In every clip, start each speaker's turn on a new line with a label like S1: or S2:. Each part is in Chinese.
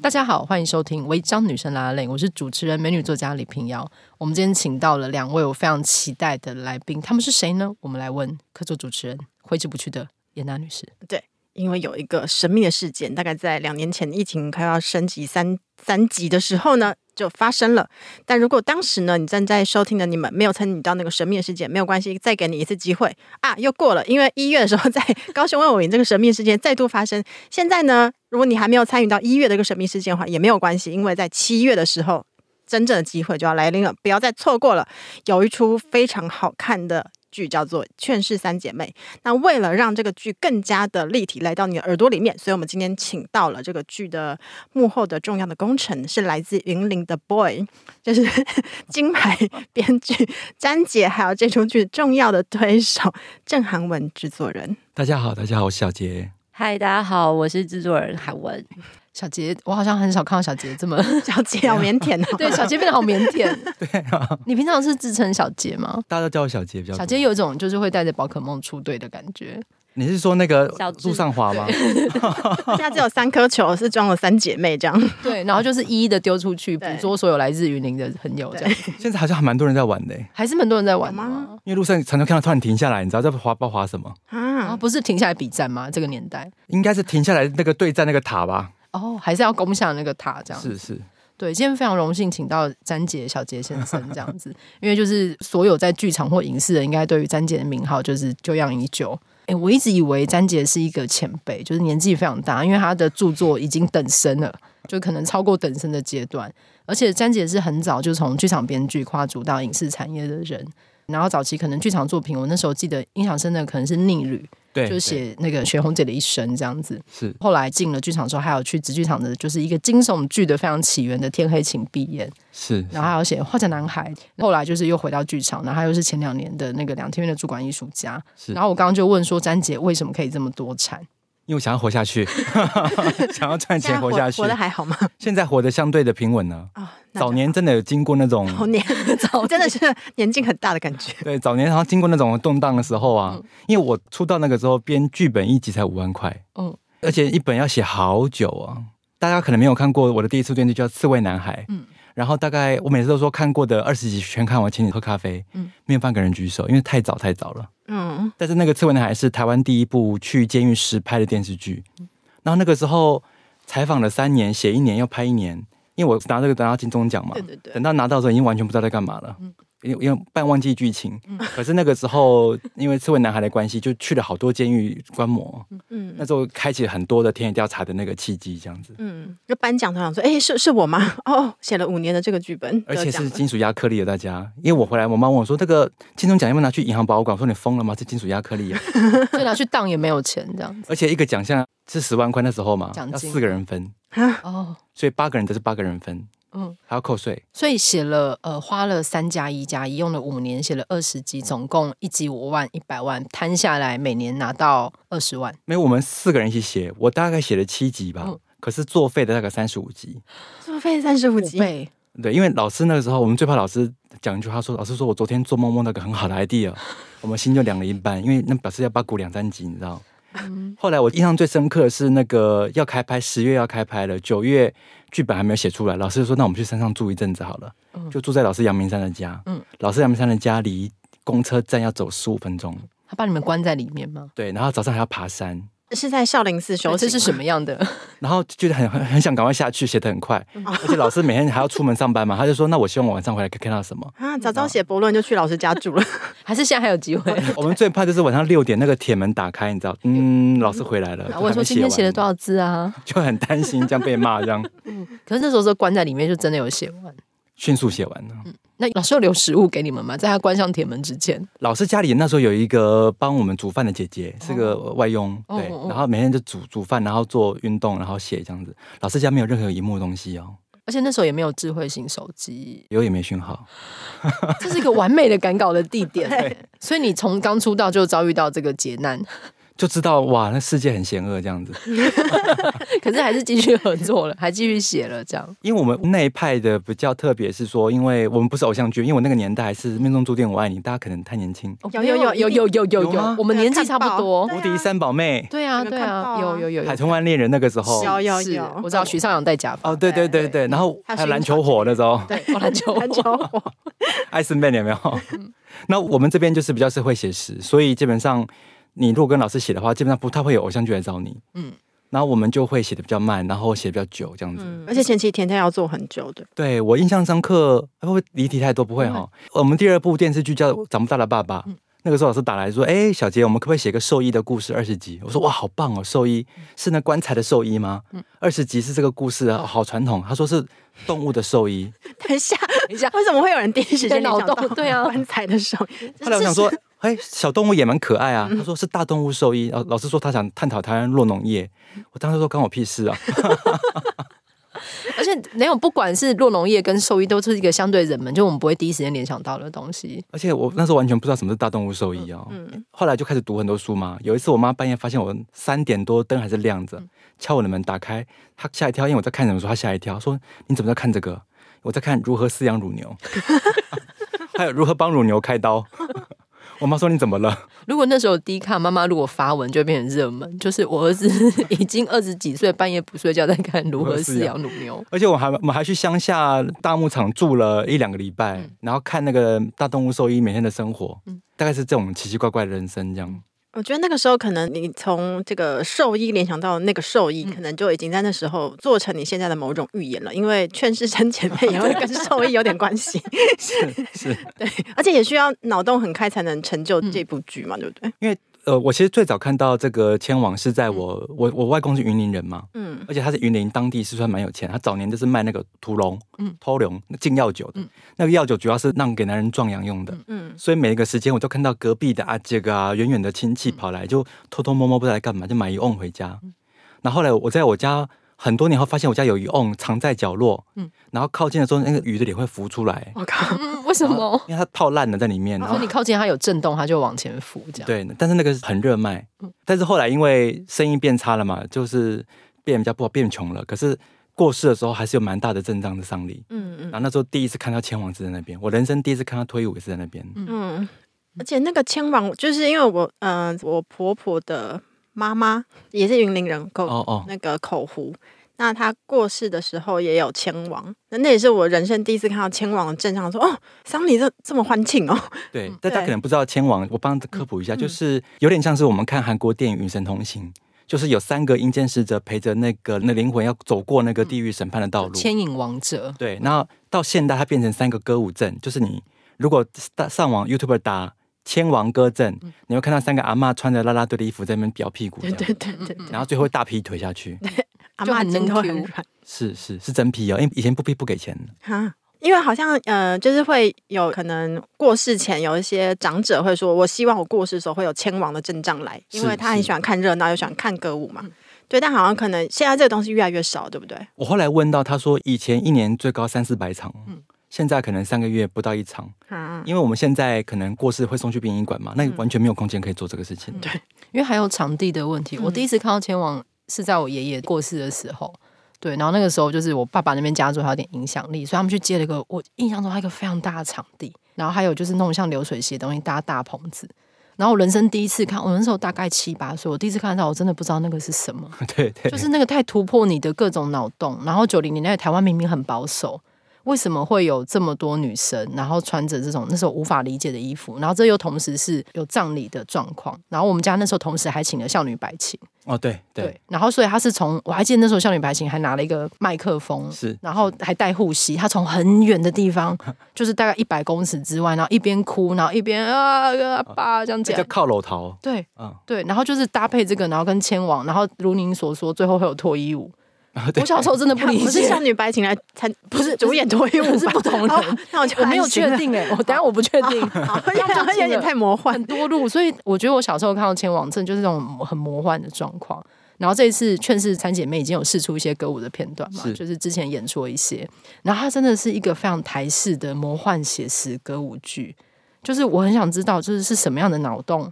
S1: 大家好，欢迎收听《违章女生拉拉链》，我是主持人美女作家李平遥。我们今天请到了两位我非常期待的来宾，他们是谁呢？我们来问客座主持人挥之不去的严娜女士。
S2: 因为有一个神秘的事件，大概在两年前疫情快要升级三三级的时候呢，就发生了。但如果当时呢，你正在收听的你们没有参与到那个神秘的事件，没有关系，再给你一次机会啊，又过了。因为一月的时候， 在高雄万我营这个神秘事件再度发生。现在呢，如果你还没有参与到一月的这个神秘事件的话，也没有关系，因为在七月的时候，真正的机会就要来临了，不要再错过了。有一出非常好看的剧叫做《劝世三姐妹》。那为了让这个剧更加的立体来到你的耳朵里面，所以我们今天请到了这个剧的幕后的重要的功臣，是来自云林的 Boy，就是 金牌编剧詹姐，还有这出剧重要的推手郑涵文制作人。
S3: 大家好，大家好，我是小杰。
S4: 嗨，大家好，我是制作人海文。
S1: 小杰，我好像很少看到小杰这么
S2: 小姐好腼腆哦，
S1: 对小杰变得好腼腆。对啊，你平常是自称小杰吗？
S3: 大家都叫我小杰比较多。
S1: 小杰有一种就是会带着宝可梦出队的感觉。
S3: 你是说那个
S4: 小智
S3: 陆上华吗？
S2: 现在只有三颗球，是装了三姐妹这样。
S1: 对，然后就是一一的丢出去，捕
S2: 对
S1: 捉所有来自云林的朋友，这样
S3: 现在好像还蛮多人在玩的耶，
S1: 还是蛮多人在玩的
S2: 有吗
S1: 吗？
S3: 因为路上常常看到突然停下来，你知道在滑不知道滑什么？
S1: 啊，
S2: 啊，
S1: 不是停下来比战吗？这个年代
S3: 应该是停下来那个对战那个塔吧？
S1: 哦，还是要攻下那个塔这样。
S3: 是是，
S1: 对，今天非常荣幸请到詹杰小杰先生这样子，因为就是所有在剧场或影视的，应该对于詹杰的名号就是久仰已久。诶，我一直以为詹杰是一个前辈，就是年纪非常大，因为他的著作已经等身了，就可能超过等身的阶段。而且詹杰是很早就从剧场编剧跨足到影视产业的人，然后早期可能剧场作品，我那时候记得印象深的可能是《逆旅
S3: 对》，，
S1: 就
S3: 对
S1: 写那个雪红姐的一生这样子。
S3: 是
S1: 后来进了剧场之后，还有去直剧场的，就是一个惊悚剧的非常起源的《天黑请闭眼》，
S3: 是，
S1: 然后还有写《画家男孩》，后来就是又回到剧场，然后他又是前两年的那个两天院的主管艺术家。
S3: 是
S1: 然后我刚刚就问说，詹姐为什么可以这么多产？
S3: 因为我想要活下去， 想要
S2: 现
S3: 赚钱
S2: 在
S3: 活下去
S2: 活。得还好吗？
S3: 现在活得相对的平稳呢。
S2: 啊，那就
S3: 早年真的有经过那种，
S2: 好年 真的是年纪很大的感觉。
S3: 对，早年好像经过那种动荡的时候啊，因为我出道那个时候编剧本一集才五万块，
S1: 嗯
S3: 嗯，而且一本要写好久啊。大家可能没有看过我的第一次编剧叫《刺猬男孩》，
S1: 嗯
S3: 嗯，然后大概我每次都说看过的二十集全看完，请你喝咖啡，
S1: 嗯
S3: 嗯，没有半个人举手，因为太早太早了。
S2: 嗯，
S3: 但是那个《刺猬男孩》是台湾第一部去监狱实拍的电视剧，然后那个时候采访了三年，写一年要拍一年，因为我拿这个拿到金钟奖嘛，
S2: 对对对
S3: 等。到拿到的时候已经完全不知道在干嘛了，因为因为半忘记剧情。可是那个时候，因为刺猬男孩的关系，就去了好多监狱观摩，
S2: 嗯
S3: 那时候开启了很多的田野调查的那个契机，这样子。
S2: 嗯，就颁奖通常说，哎、是是我吗？ 哦，写了五年的这个剧本，
S3: 而且
S2: 得奖
S3: 是
S2: 了
S3: 金属亚克力的，大家，因为我回来，我妈问我说：“这个金钟奖要不要拿去银行保管？”我说：“你疯了吗？这金属亚克力、啊，
S1: 所以拿去当也没有钱这样子。
S3: 而且一个奖项是十万块，那时候嘛
S1: 奖，
S3: 要
S1: 金
S3: 四个人分，
S2: 啊
S1: 哦，
S3: 所以八个人只是八个人分，
S1: 嗯，
S3: 还要扣税。
S1: 所以写了呃，花了三加一加一，用了五年，写了二十集，总共一集五万一百万，摊下来每年拿到二十万。
S3: 没有，我们四个人一起写，我大概写了七集吧，
S1: 嗯
S3: 可是作废的大概三十五集。
S2: 作废三十五
S1: 五
S2: 集，
S1: 倍，
S3: 对，因为老师那个时候，我们最怕老师讲一句话说：“老师说我昨天做梦梦到个很好的 idea。”我们心就凉了一半，因为那表示要八股两三集，你知道。 后来我印象最深刻的是那个要开拍，十月要开拍了，九月剧本还没有写出来，老师就说：“那我们去山上住一阵子好了。”就住在老师阳明山的家。
S1: 嗯
S3: 老师阳明山的家离公车站要走十五分钟。
S1: 他把你们关在里面吗？哎
S3: 对，然后早上还要爬山。
S2: 是在少林寺修
S1: 这
S2: 行，
S1: 是什么样 的？
S3: 然后就觉得很很很想赶快下去，写得很快，而且老师每天还要出门上班嘛，他就说：“那我希望我晚上回来可以看到什么
S2: 啊？早早写博论就去老师家住了，
S1: 还是现在还有机会？？”
S3: 我们最怕就是晚上六点那个铁门打开，你知道，嗯，老师回来了，
S1: 啊我说今天写了多
S3: 少，
S1: 少字啊？
S3: 就很担心这样被骂，这样
S1: 可是那时候是关在里面，就真的有写完。
S3: 迅速写完了。
S1: 那老师有留食物给你们吗？在他关上铁门之前，
S3: 老师家里那时候有一个帮我们煮饭的姐姐，是个外佣，
S1: 哦
S3: 对
S1: 哦哦，
S3: 然后每天就煮煮饭，然后做运动，然后写这样子。老师家没有任何荧幕的东西哦，
S1: 而且那时候也没有智慧型手机，
S3: 有也没讯号。
S1: 这是一个完美的赶稿的地点。所以你从刚出道就遭遇到这个劫难，
S3: 就知道哇，那世界很险恶 这样子。
S1: 可是还是继续合作了，还继续写了这样。
S3: 因为我们那一派的比较特别，是说，因为我们不是偶像剧，因为我那个年代还是《命中注定我爱你》，大家可能太年轻，
S1: 哦
S2: 有
S1: 没
S2: 有
S1: 有
S2: 有
S1: 有有有
S3: 有吗
S1: 我们年纪差不多
S2: 对。啊
S3: 无敌三宝妹、
S1: 对啊
S2: 那个
S1: 对
S2: 看
S1: 啊，
S2: 报
S1: 有
S2: 啊
S1: 有有有
S3: 海豚湾恋人那个时候，
S2: 有有
S1: 是
S2: 有，
S1: 我知道徐尚阳戴假发。
S3: 哦，对对对对，然后
S2: 还有
S3: 还有
S2: 薰衣
S3: 篮
S2: 草
S3: 球火那时候，
S1: 对，篮球
S2: 篮球火，
S3: 艾斯曼有没有？ 那我们这边就是比较是会写诗，所以基本上你如果跟老师写的话，基本上不太会有偶像剧来找你。
S1: 嗯
S3: 嗯，然后我们就会写的比较慢，然后写得比较久这样子。
S2: 而且前期甜甜要做很久的，
S3: 对我印象深刻，哎会不会离题太多？不会嗯哈。我们第二部电视剧叫《长不大的爸爸》，那个时候老师打来说：“哎，小杰，我们可不可以写个兽医的故事二十集？”我说：“哇，好棒哦！兽医是那棺材的兽医吗？二十集是这个故事啊，好传统。”他说是动物的兽医。
S2: 等一下，
S1: 等一下，
S2: 为什么会有人第一时间
S1: 在脑
S2: 联想到
S1: 洞对啊
S2: 棺材的手艺？
S3: 后来我想说， 哎，小动物也蛮可爱啊。他说是大动物兽医，老老师说他想探讨台湾弱农业。我当时说关我屁事啊！
S1: 而且没有，不管是洛农业跟兽医，都是一个相对冷门，就我们不会第一时间联想到的东西。
S3: 而且我那时候完全不知道什么是大动物兽医哦。后来就开始读很多书嘛。有一次我妈半夜发现我三点多灯还是亮着，敲我的门打开，她吓一跳，因为我在看什么书，她吓一跳，说你怎么在看这个？我在看如何饲养乳牛， 还有如何帮乳牛开刀。我妈说你怎么了？
S1: 如果那时候低卡妈妈如果发文，就会变成热门。就是我儿 子已经二十几岁，半夜不睡觉在看如何饲养乳牛。
S3: 而且我还我们还去乡下大牧场住了一两个礼拜，
S2: 嗯
S3: 然后看那个大动物兽医每天的生活，大概是这种奇奇怪怪的人生这样。
S2: 我觉得那个时候可能你从这个兽医联想到那个兽
S3: 嗯
S2: 医，可能就已经在那时候做成你现在的某种预言了，因为劝世生前辈也会跟兽医有点关系，
S3: 是嗯
S2: 而且也需要脑洞很开才能成就这部剧嘛，对不对？
S3: 呃，我其实最早看到这个千王是在我、我我外公是云林人嘛，
S2: 嗯，
S3: 而且他是云林当地是算蛮有钱，他早年就是卖那个屠龙、
S1: 嗯
S3: 偷龙进药酒的，那个药酒主要是让给男人壮阳用的。
S2: 嗯，
S3: 所以每一个时间，我都看到隔壁的阿杰哥啊，远远的亲
S2: 嗯
S3: 戚跑来，就偷偷摸摸不知道来干嘛，就买一瓮回家。然后后来我在我家很多年后，发现我家有一瓮藏在角落，
S1: 嗯
S3: 然后靠近的时候，那个鱼的脸会浮出来，
S2: 我靠，
S1: 嗯，为什么？
S3: 因为它泡烂了在里面。
S2: 哦
S3: 然
S1: 然后
S3: 后
S1: 你靠近它有震动，它就往前浮，这样。
S3: 对，但是那个很热卖，
S2: 嗯
S3: 但是后来因为生意变差了嘛，就是变比较不好，变穷了。可是过世的时候还是有蛮大的阵仗的丧礼。
S2: 嗯
S3: 然后那时候第一次看到千王是在那边，我人生第一次看到推舞也是在那边。
S2: 嗯嗯，而且那个千王，就是因为我，嗯、我婆婆的妈妈也是云林人，口、
S3: 哦哦，
S2: 那个口胡。那他过世的时候也有千王，那那也是我人生第一次看到千王的阵仗，说哦，丧礼这这么欢庆哦，
S3: 对，大家
S2: 对嗯
S3: 可能不知道千王，我帮科普一下，就是有点像是我们看韩国电影《与神同行》，就是有三个阴间使者陪着那个那灵魂要走过那个地狱审判的道路。
S1: 牵引王者，
S3: 对，那到现代它变成三个歌舞阵，就是你如果打上网 YouTube 打千王歌阵，你会看到三个阿嬷穿着啦啦队的衣服在那边摇屁股这
S2: 嗯
S1: 嗯
S2: 对
S3: 样，
S2: 对对对对，
S3: 然后最后会大劈腿下去。
S2: 阿
S1: 就
S2: 妈
S1: 很
S2: 筋
S1: 能
S2: 都很
S1: Q
S2: 软
S3: 是是是真劈哦，因为以前不劈不给钱。
S2: 哈。因为好像呃，就是会有可能过世前有一些长者会说，我希望我过世的时候会有千王的阵仗来，因为
S3: 是
S2: 他很
S3: 是
S2: 喜欢看热闹，又喜欢看歌舞嘛。
S1: 嗯
S2: 对，但好像可能现在这个东西越来越少，对不对？
S3: 我后来问到，他说以前一年最高三四百场，哦现在可能三个月不到一场。
S2: 嗯，
S3: 因为我们现在可能过世会送去殡仪馆嘛，
S1: 嗯
S3: 那完全没有空间可以做这个事情。对，
S1: 因为还有场地的问题。我第一次看到千王是在我爷爷过世的时候，对，然后那个时候就是我爸爸那边家族还有点影响力，所以他们去接了一个我印象中还有一个非常大的场地，然后还有就是那种像流水席的东西搭大棚子。然后我人生第一次看，我那时候大概七八岁，我第一次看到，我真的不知道那个是什么，
S3: 对对，
S1: 就是那个太突破你的各种脑洞。然后九零年代台湾明明很保守，为什么会有这么多女生，然后穿着这种那时候无法理解的衣服，然后这又同时是有葬礼的状况，然后我们家那时候同时还请了孝女白琴，
S3: 哦，对对，
S1: 然后所以她是从我还记得那时候孝女白琴还拿了一个麦克风，
S3: 是
S1: 然后还带护膝，她从很远的地方，就是大概一百公尺之外，然后一边哭，然后一边啊啊爸这样
S3: 这叫
S1: 讲，
S3: 靠楼桃。
S1: 对，
S3: 啊，
S1: 对，然后就是搭配这个，然后跟千王，然后如您所说，最后会有脱衣舞。 我小时候真的不理
S2: 不是
S1: 解，
S2: 像女白情来参，不是主演脱衣舞
S1: 不是
S2: 吧
S1: 不同人
S2: 哦 那我 就
S1: 我没有
S2: 安心了
S1: 确，定哎、我等下我不确定，
S2: 好像有点太魔幻
S1: 很。多路，所以我觉得我小时候看到千王，真的就是这种很魔幻的状况。然后这一次《劝世三姐妹》已经有试出一些歌舞的片段嘛，
S3: 是
S1: 就是之前演出了一些，然后它真的是一个非常台式的魔幻写实歌舞剧，就是我很想知道，就是是什么样的脑洞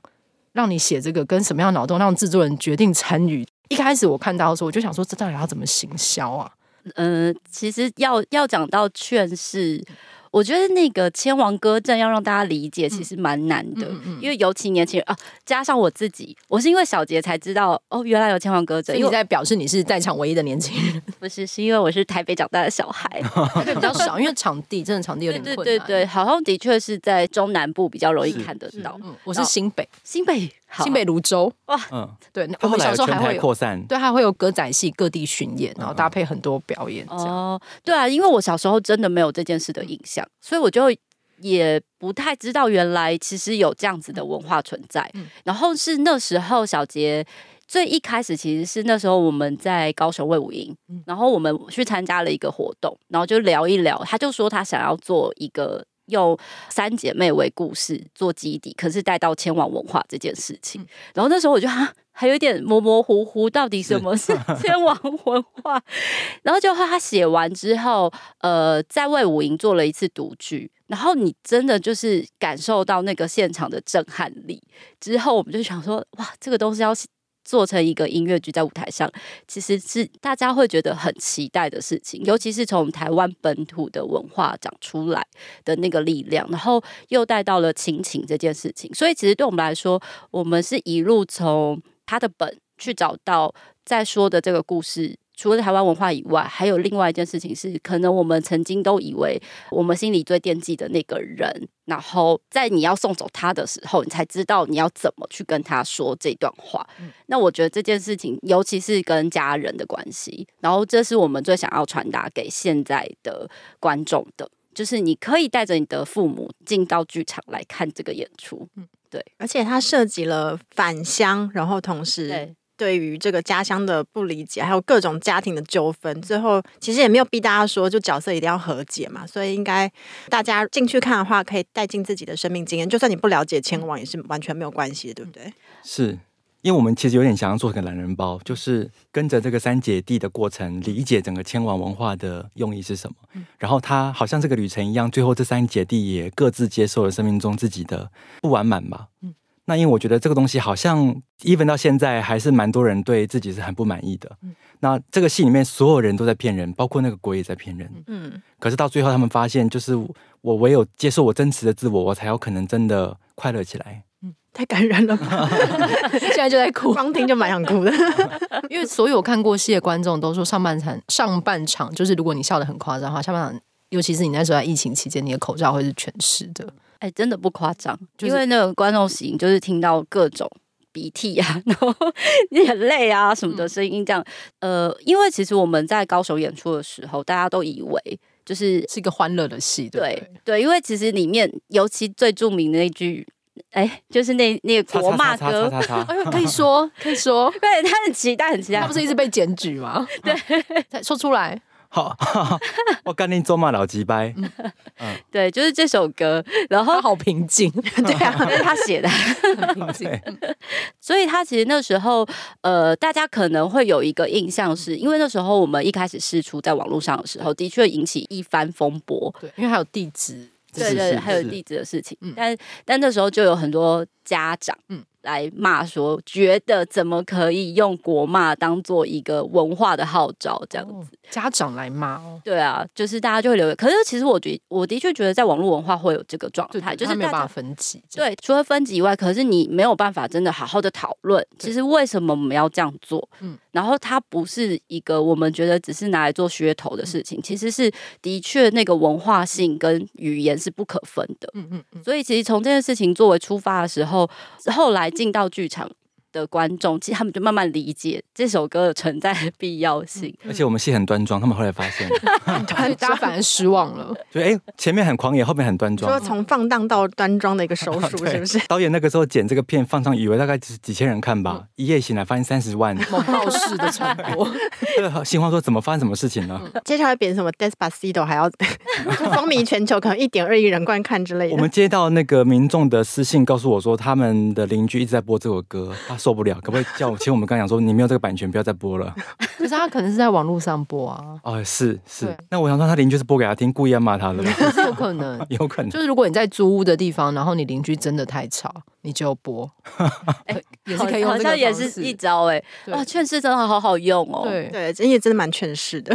S1: 让你写这个跟什么样的脑洞让制作人决定参与？一开始我看到的时候，我就想说，这到底要怎么行销啊？
S4: 嗯、其实要要讲到劝世，我觉得那个千王歌阵要让大家理解，其实蛮难的。
S1: 嗯嗯嗯
S4: 因为尤其年轻人啊，加上我自己，我是因为小杰才知道哦，原来有千王歌
S1: 所
S4: 阵。
S1: 以
S4: 因
S1: 你
S4: 为
S1: 在表示你是在场唯一的年轻人，
S4: 不是，是因为我是台北长大的小 孩，
S1: 比较少，因为场地真的场地有
S4: 对
S1: 点
S4: 对
S1: 困难。
S4: 对对，好像的确是在中南部比较容易
S3: 是
S4: 看得
S2: 是
S4: 到。
S1: 嗯，我是新北，
S4: 新北，好
S1: 新北泸州，
S3: 嗯，
S1: 对，那
S3: 他
S1: 我
S3: 后
S1: 们
S3: 来
S1: 小
S3: 有
S1: 时候
S3: 全
S1: 还会
S3: 台
S1: 有，
S3: 扩嗯散，
S1: 对，还会有歌仔戏各地巡演，然后搭配很多表演这样。
S4: 哦，对啊，因为我小时候真的没有这件事的印象，所以我就也不太知道原来其实有这样子的文化存在。
S1: 嗯
S4: 然后是那时候小杰。最一开始其实是那时候我们在高雄卫武营，
S1: 嗯
S4: 然后我们去参加了一个活动，然后就聊一聊，他就说他想要做一个用三姐妹为故事做基底，可是带到千王文化这件事情。
S1: 嗯
S4: 然后那时候我就 哈，还有点模模糊糊，到底什么是千王文化？然后就他写完之后，呃，在魏武营做了一次独剧，然后你真的就是感受到那个现场的震撼力。之后我们就想说，哇，这个东西要做成一个音乐剧在舞台上，其实是大家会觉得很期待的事情，尤其是从台湾本土的文化长出来的那个力量，然后又带到了亲情这件事情。所以其实对我们来说，我们是一路从他的本去找到在说的这个故事。除了台湾文化以外，还有另外一件事情是，可能我们曾经都以为我们心里最惦记的那个人，然后在你要送走他的时候，你才知道你要怎么去跟他说这段话。那我觉得这件事情，尤其是跟家人的关系，然后这是我们最想要传达给现在的观众的，就是你可以带着你的父母进到剧场来看这个演出。
S2: 而且它涉及了返乡，然后同时
S4: 对，
S2: 对于这个家乡的不理解，还有各种家庭的纠纷，最后其实也没有逼大家说就角色一定要和解嘛，所以应该大家进去看的话，可以带进自己的生命经验，就算你不了解千王也是完全没有关系的，对不对？
S3: 是。因为我们其实有点想要做成个懒人包，就是跟着这个三姐弟的过程，理解整个千王文化的用意是什么。
S1: 嗯
S3: 然后他好像这个旅程一样，最后这三姐弟也各自接受了生命中自己的不完满吧。
S1: 嗯
S3: 那因为我觉得这个东西好像，even 到现在还是蛮多人对自己是很不满意的。
S1: 嗯
S3: 那这个戏里面所有人都在骗人，包括那个鬼也在骗人。
S2: 嗯，
S3: 可是到最后，他们发现，就是我唯有接受我真实的自我，我才有可能真的快乐起来。
S2: 太感人了吧，
S1: 现在就在哭，
S2: 光听就蛮想 哭的。
S1: 因为所有看过戏的观众都说，上半场上半场就是如果你笑得很夸张的话，下半场尤其是你那时候在疫情期间，你的口罩会是全湿的。
S4: 哎，真的不夸张，
S1: 就是
S4: 因为那个观众席你就是听到各种。鼻涕啊， 然后眼泪啊什
S1: 嗯
S4: 么的声音，这样，呃，因为其实我们在高手演出的时候，大家都以为就是
S1: 是一个欢乐的戏，对不对？
S4: 对对，因为其实里面尤其最著名的那句，哎，就是那那个
S3: 擦
S4: 国
S3: 擦
S4: 骂
S3: 擦擦
S4: 歌，
S3: 擦擦擦
S1: 哎呦，可以说， 可以说，
S4: 对他很期待，很期
S1: 他
S4: 待
S1: 不。是一直被检举 吗？ 对，说出来，
S3: 好，我干你咒骂老鸡掰。
S2: 嗯
S4: 对，就是这首歌，然后
S1: 他好平 静，
S2: 对 啊，
S4: 这是他写的，
S1: 很平静。
S4: 所以他其实那时候，呃，大家可能会有一个印象是，因为那时候我们一开始试出在网络上的时候，的确引起一番风波，
S1: 对，因为还有地址，
S4: 对
S3: 是
S4: 对，
S3: 是
S4: 还有
S3: 是
S4: 地址的事情。
S1: 嗯
S4: 但但那时候就有很多家长
S1: 嗯
S4: 来骂说，觉得怎么可以用国骂当做一个文化的号召这样子。
S1: 哦家长来骂哦，
S4: 对啊，就是大家就会留言。可是其实我觉我的确觉得在网络文化会有这个状
S1: 对，
S4: 态，
S1: 对
S4: 就是
S1: 他没
S4: 大
S1: 有办法
S4: 家。
S1: 分级，
S4: 对，除了分级以外，可是你没有办法真的好好的讨论，
S1: 对
S4: 其实为什么我们要这样做？
S1: 嗯
S4: 嗯，然后它不是一个我们觉得只是拿来做噱头
S1: 嗯
S4: 的事情，其实是的确那个文化性跟语言是不可分的。
S1: 嗯嗯嗯，
S4: 所以其实从这件事情作为出发的时候，后来进到剧场的观众，其实他们就慢慢理解这首歌的存在的
S1: 嗯
S4: 必要性。
S3: 而且我们戏很端庄，他们后来发 现，
S1: 所以大家 反而失望了。
S3: 就哎、前面很狂野，后面很端
S2: 说
S3: 庄。
S2: 从放荡到端庄的一个 手术，
S3: 对
S2: 是不是？嗯
S3: 导演那个时候剪这个片放上，以为大概只几千人看吧，一夜醒来发现三十 万，
S1: 猛爆式的传播，
S3: 心慌说怎么发生什么事情呢？
S2: 接下来比什么 Despacito 还要 就风靡全球，可能一点二亿人观看之类
S3: 我
S2: 的
S3: 们。接到那个民众的私信，告诉我说他们的邻居一直在播这首歌，他受不了，可不可以叫我？其实我们刚讲说，你没有这个版权，不要再播了。
S1: 可是他可能是在网络上播啊，
S3: 哦，是是
S1: 对。
S3: 那我想说，他邻居是播给他听，故意要骂他 的吧？
S1: 也是有可能。
S3: 有可能
S1: 就是如果你在租屋的地方，然后你邻居真的太吵，你就播，
S4: 哎
S1: 也是可以用
S4: 好
S1: 这个
S4: 像也
S1: 方
S4: 是
S1: 式
S4: 一招哎、
S1: 对
S4: 哇，劝世真的好好用哦。，
S1: 对，
S2: 对，真也真的蛮劝世的。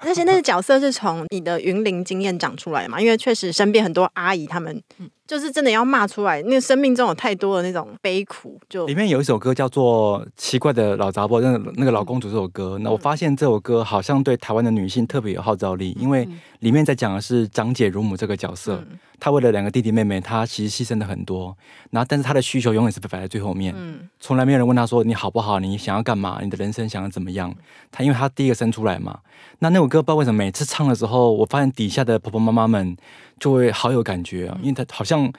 S2: 而且那些角色是从你的云林经验长出来嘛，因为确实身边很多阿姨她们，就是真的要骂出来，那个生命中有太多的那种悲苦，就
S3: 里面有一首歌叫做《奇怪的老杂婆》，那个那个老公主这首
S2: 嗯
S3: 歌。那我发现这首歌好像对台湾的女性特别有号召力，因
S2: 嗯
S3: 为里面在讲的是长姐如母这个角色，她为了两个弟弟妹妹，她其实牺牲的很多。然后，但是她的需求永远是被摆在最后面，
S2: 嗯
S3: 从来没有人问她说你好不好，你想要干嘛，你的人生想要怎么样。她因为她第一个生出来嘛。那那首歌不知道为什么每次唱的时候，我发现底下的婆婆妈妈们就会好有感觉啊，因为她好像。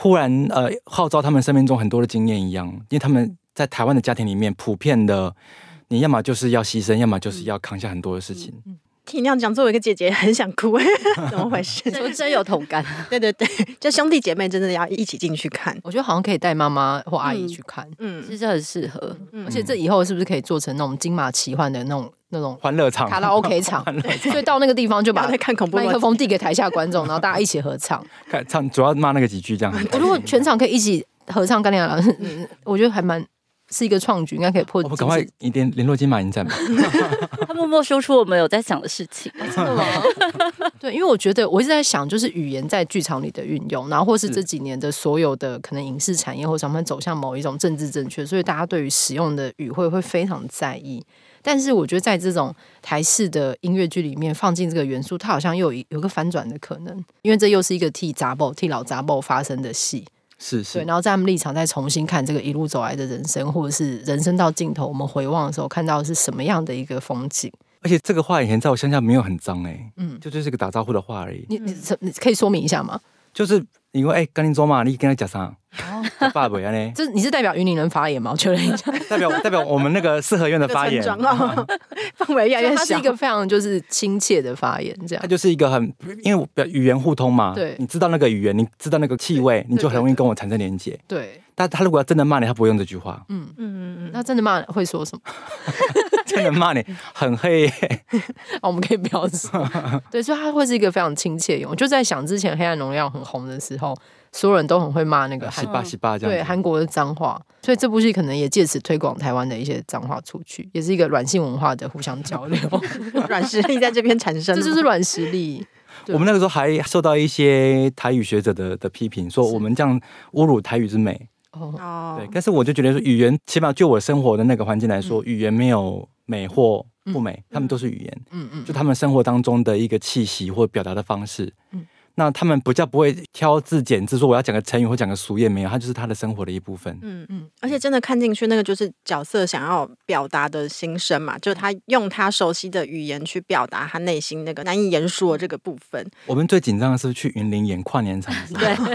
S3: 忽然呃号召他们生命中很多的经验一样，因为他们在台湾的家庭里面普遍的，你要么就是要牺牲，要么就是要扛下很多的事情。
S1: 嗯
S2: 听你那样讲，作为一个姐姐很想哭， 怎么回事？
S4: 说真有同感，
S2: 对对对，就兄弟姐妹真的要一起进去看，
S1: 我觉得好像可以带妈妈或阿姨
S4: 嗯
S1: 去看，
S2: 嗯，
S4: 其实很适合。
S1: 而且这以后是不是可以做成那种金马奇幻的那种那 种
S3: 欢乐场，
S1: 卡拉 OK 场？ 所以到那个地方就
S2: 不要
S1: 把
S2: 再看恐怖
S1: 麦克
S2: 了。
S1: 风递给台下观众，然后大家一起合唱。
S3: 看唱主要骂那个几 句这样。
S1: 我如果全场可以一起合唱《干娘老师》嗯， 我觉得还蛮是一个创举，应该可以破。
S3: 我们赶快一点联络金马 影展吧。
S4: 他默默说出我们有在想的事情，
S1: 真的吗？对，因为我觉得我一直在想，就是语言在剧场里的运用，然后或是
S3: 是
S1: 这几年的所有的可能影视产业或者他们走向某一种政治正确，所以大家对于使用的语汇会非常在意。但是我觉得在这种台式的音乐剧里面放进这个元素，它好像又有一有个反转的可能，因为这又是一个替杂报、替老杂报发生的戏。
S3: 是
S1: 对，
S3: 是，
S1: 然后在他们立场再重新看这个一路走来的人生，或者是人生到尽头，我们回望的时候看到的是什么样的一个风景？
S3: 而且这个话以前在我乡下没有很脏哎、
S1: 嗯
S3: 就就是个打招呼的话而已。
S1: 你你什你可以说明一下吗？
S3: 就是你说哎，跟你做嘛，你跟他讲啥？哦，爸 爸呢？
S1: 这你是代表云林人发言吗？我 确认一下，
S3: 代表代表我们那个四合院的
S2: 这个
S3: 发
S2: 村
S3: 言，
S2: 庄哦， 范围越来
S1: 就
S2: 越
S1: 他是
S2: 小
S1: 一。个非常就是亲切的发言，这样
S3: 它。就是一个很，因为我表语言互通嘛，
S1: 对
S3: 你知道那个语言，你知道那个气味，你就很容易跟我产生连结。
S1: 对，
S3: 但他如果要真的骂你，他不会用这句话，
S2: 嗯嗯嗯，
S1: 那真的骂会说什 么？
S3: 真的 骂你很黑，
S1: 哦，我们可以不要说。 对，所以他会是一个非常亲切用。我就在想，之前《黑暗荣耀》很红的时候，所有人都很会骂那个
S3: 十
S1: 韩
S3: 八十八这
S1: 嗯对
S3: 样子。
S1: 韩国的脏话，所以这部戏可能也借此推广台湾的一些脏话出去，也是一个软性文化的互相交流。
S2: 软实力在这边产生
S1: 这
S2: 了，
S1: 就是软实力。对
S3: 我们那个时候还受到一些台语学者的的批评，说我们这样侮辱台语之美。
S1: 哦，
S2: 哦
S3: 对，，但是我就觉得说，语言起码就我生活的那个环境来说，语言没有美或不美，他们都是语言。
S1: 嗯嗯嗯，
S3: 就他们生活当中的一个气息或表达的方式。
S1: 嗯
S3: 那他们不叫不会挑字拣字，说我要讲个成语或讲个俗谚，没有，它就是他的生活的一部分。
S2: 嗯嗯
S1: 嗯，
S2: 而且真的看进去，那个就是角色想要表达的心声嘛，就是他用他熟悉的语言去表达他内心那个难以言说的这个部分。
S3: 我们最紧张的是去云林演跨年场的时候，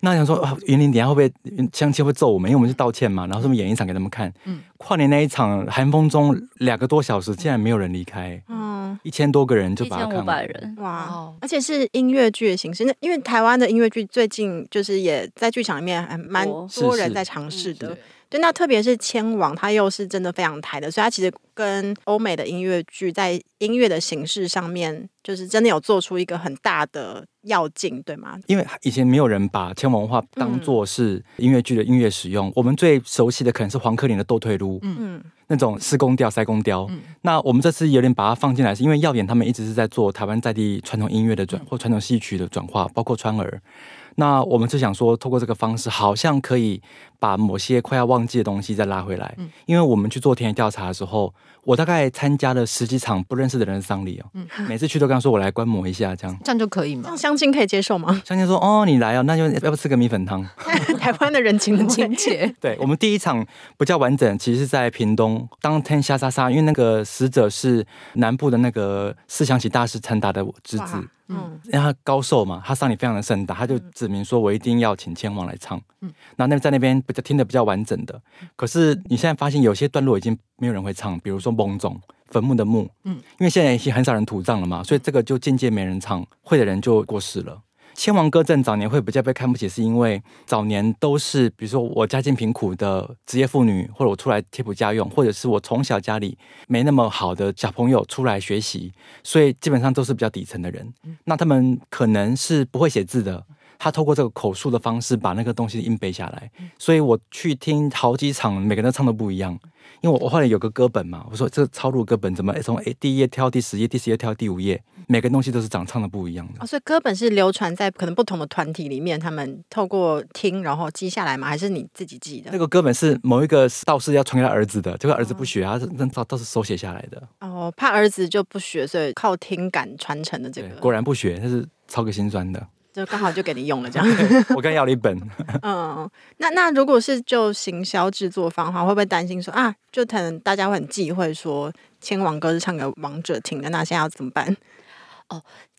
S3: 那想说啊，云林等一下会不会相亲会揍我们？因为我们去道歉嘛，然后顺便演一场给他们看。
S1: 嗯
S3: 跨年那一场寒风中两个多小时，竟然没有人离开，
S2: 嗯，
S3: 一千多个人就
S4: 一
S3: 把它
S4: 千
S3: 看
S4: 五百
S3: 完。
S4: 人，
S2: 哇。
S1: 哦，
S2: 而且是音乐剧的形式，那因为台湾的音乐剧最近就是也在剧场里面还蛮
S4: 多
S2: 多
S3: 是
S2: 人
S3: 是
S2: 在尝试的，
S1: 对，
S2: 对，那特别是《千王》，它又是真的非常台的，所以它其实跟欧美的音乐剧在音乐的形式上面，就是真的有做出一个很大的要进，对吗？
S3: 因为以前没有人把千文
S4: 嗯
S3: 化当做是音乐剧的音乐使用，我们最熟悉的可能是黄克林的《斗退路》，
S2: 嗯，
S3: 那种施工调、塞工雕。
S1: 嗯
S3: 那我们这次有点把它放进来，是因为耀眼他们一直是在做台湾在地传统音乐的转、或传统戏曲的转化，包括川儿。那我们是想说，透过这个方式，好像可以把某些快要忘记的东西再拉回来。因为我们去做田野调查的时候，我大概参加了十几场不认识的人的丧礼哦，每次去都跟他说我来观摩一下，这样。
S1: 这样就可以
S2: 这
S1: 嘛
S2: 样？相亲可以接受吗？
S3: 相信说哦，你来哦，那就要不要吃个米粉汤？
S2: 台湾的人情
S1: 很
S2: 味
S1: 亲切，
S3: 对我们第一场比较完整，其实是在屏东当天下沙沙，因为那个死者是南部的那个思想起大师陈达的侄
S2: 哇
S3: 子，
S2: 嗯，
S3: 因为他高寿嘛，他丧礼非常的盛大，他就指明说我一定要请千王来唱。嗯，那那在那边比较听得比较完整的，可是你现在发现有些段落已经没有人会唱，比如说某种坟墓的墓，嗯
S1: 嗯，
S3: 因为现在已经很少人土葬了嘛，所以这个就间接没人唱，会的人就过世了。千王歌正早年会比较被看不起，是因为早年都是比如说我家境贫苦的职业妇女，或者我出来贴补家用，或者是我从小家里没那么好的小朋友出来学习，所以基本上都是比较底层的人。那他们可能是不会写字的。他透过这个口述的方式把那个东西硬背下来，
S1: 嗯
S3: 所以我去听好几场，每个人唱的不一样。因为我我后来有个歌本嘛，我说这个抄录歌本怎么哎诶从诶第一页跳到第十页，第十页跳到第五页，每个东西都是长唱的不一样的。
S2: 哦，所以歌本是流传在可能不同的团体里面，他们透过听然后记下来吗？还是你自己记的？
S3: 那个歌本是某一个道士要传给他儿子的，结果儿子不学啊，那倒倒是手写下来的。
S2: 哦，怕儿子就不学，所以靠听感传承的这
S3: 对，
S2: 个，
S3: 果然不学，但是抄个心酸的。
S2: 就刚好就给你用了这样。
S3: 我刚要了一本，
S2: 嗯，那那如果是就行销制作方的话，会不会担心说啊，就可能大家会很忌讳说千王歌是唱给王者听的，那现在要怎么办？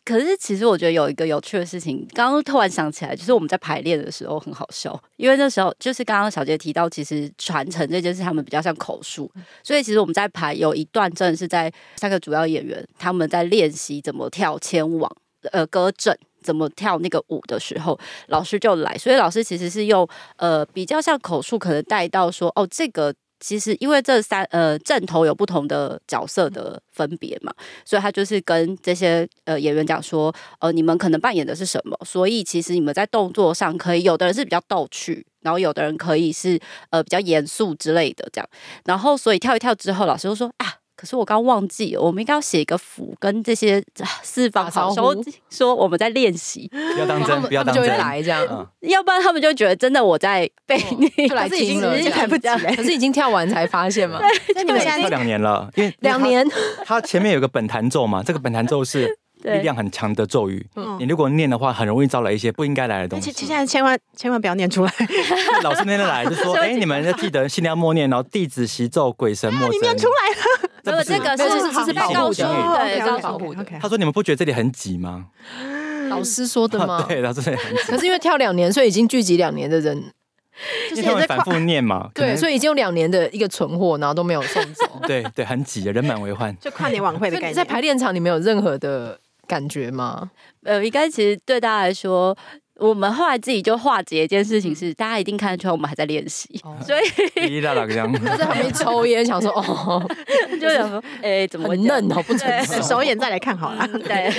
S4: 可是其实我觉得有一个有趣的事情，刚刚突然想起来，就是我们在排练的时候很好笑，因为那时候就是刚刚小杰提到，其实传承这件事他们比较像口述，
S3: 嗯
S4: 所以其实我们在排有一段真的是在三个主要演员他们在练习怎么跳千网呃歌阵。怎么跳那个舞的时候，老师就来，所以老师其实是用呃比较像口述，可能带到说哦，这个其实因为这三呃阵头有不同的角色的分别嘛，所以他就是跟这些呃演员讲说，呃，你们可能扮演的是什么，所以其实你们在动作上可以，有的人是比较逗趣，然后有的人可以是呃比较严肃之类的这样，然后所以跳一跳之后，老师就说啊。可是我刚忘记了，我们应该要写一个符，跟这些 啊四方
S1: 打招
S4: 好
S1: 呼
S4: 兄说我们在练习，
S3: 不要 当
S1: 他
S3: 真，
S1: 们
S3: 不
S1: 他
S3: 要
S1: 们
S3: 当
S1: 就
S3: 真
S1: 会。来这样，
S3: 嗯
S4: 要不然他们就觉得真的我在被你、
S1: 就来
S2: 可是已
S1: 听
S2: 经
S1: 了
S2: 已
S1: 这
S2: 经来
S1: 样。
S2: 不及了。
S1: 可是已经跳完才发现嘛，
S2: 那你们现
S3: 跳
S2: 在
S3: 两年了，因为
S1: 两年
S3: 它前面有个本弹奏嘛，这个本弹 奏是
S4: 对
S3: 力量很强的咒语
S1: 嗯，
S3: 你如果念的话，很容易招来一些不应该来的东
S2: 其
S3: 西。
S2: 哎其实现在千万千万不要念出来，
S3: 老师那天来 就说：“哎，你们要记得心量默念，然后弟子习咒，鬼神莫
S2: 啊你
S3: 争。”
S2: 念出来了。
S4: 没有
S3: 不是
S4: 这个
S1: 没有这
S4: 是
S1: 是
S4: 这
S1: 这
S4: 是
S1: 是
S4: 被
S3: 保护
S4: 告诉
S3: 的
S2: 哦
S4: 对
S1: 这
S4: 告
S1: 是
S4: 诉
S1: 保护的
S2: 他
S3: 他说：“你们不觉得这里很挤吗。
S1: 老师说的？”嘛
S3: 对，老师这里很挤，
S1: 可是因为跳两年，所以已经聚集两年的人，
S2: 就
S3: 因
S2: 是
S3: 为他
S2: 也
S3: 们
S2: 在
S3: 反
S2: 跨
S3: 复念嘛。可
S1: 对，
S3: 能
S1: 所以已经有两年的一个存货，然后都没有送走。
S3: 对对，很挤，人满为患。
S2: 就跨年晚会的
S1: 所以
S2: 概
S1: 你在
S2: 念。
S1: 排练场，你没有任何的感觉吗？
S4: 呃，应该其实对大家来说，我们后来自己就化解一件事情是，大家一定看得出来我们还在练习，所以
S3: 滴啦啦这样，
S1: 在旁边抽烟，想说哦，
S4: 就想说，哎、怎么会
S1: 很
S4: 这样
S1: 嫩哦，啊不成
S4: 对
S1: 熟
S2: 等。首演再来看好了。
S4: 嗯对，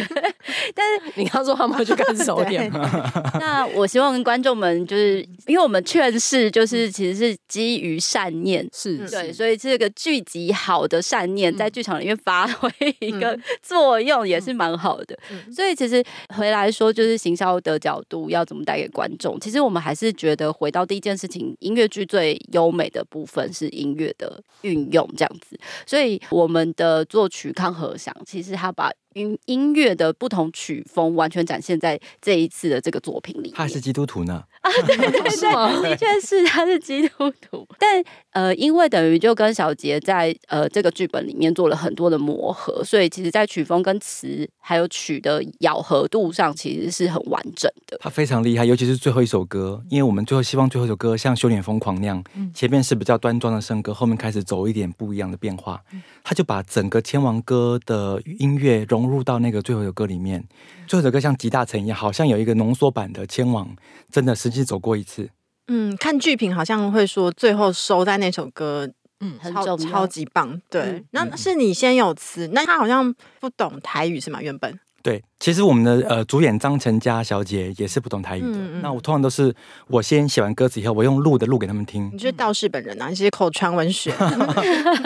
S1: 你刚说他们去看首
S2: 对
S1: 演吗？
S4: 那我希望观众们就是，因为我们劝世就是其实是基于善念，
S1: 是，
S4: 对，
S1: 是
S4: 所以这个聚集好的善念
S1: 嗯
S4: 在剧场里面发挥一个
S3: 嗯
S4: 作用，也是蛮好的。所以其实回来说，就是行销的角度要怎么带给观众，其实我们还是觉得回到第一件事情，音乐剧最优美的部分是音乐的运用，这样子。所以我们的作曲康和祥，其实他把音音乐的不同曲风完全展现在这一次的这个作品里
S3: 他还
S4: 面
S3: 是。基督徒呢。
S1: 是吗？
S4: 的确是他是基督徒，但呃，因为等于就跟小杰在呃这个剧本里面做了很多的磨合，所以其实，在曲风跟词还有曲的咬合度上，其实是很完整的。
S3: 他非常厉害，尤其是最后一首歌，因为我们最后希望最后一首歌像《修炼疯狂》那样，
S2: 嗯
S3: 前面是比较端庄的圣歌，后面开始走一点不一样的变化，
S2: 嗯
S3: 他就把整个千王歌的音乐融入到那个最后一首歌里面。
S2: 嗯
S3: 最后一首歌像集大成一样，好像有一个浓缩版的千王，真的实际走过一次。
S2: 嗯，看剧评好像会说最后收在那首歌
S1: 嗯，
S4: 很
S2: 超
S4: 重要
S2: 超级棒。对
S4: 嗯，
S2: 那是你先有词，那他好像不懂台语是吗？原本
S3: 对，其实我们的呃主演张晨佳小姐也是不懂台语的。
S2: 嗯嗯
S3: 那我通常都是我先写完歌词以后，我用录的录给他们听
S2: 你，就是道士本人啊，你是口传文学。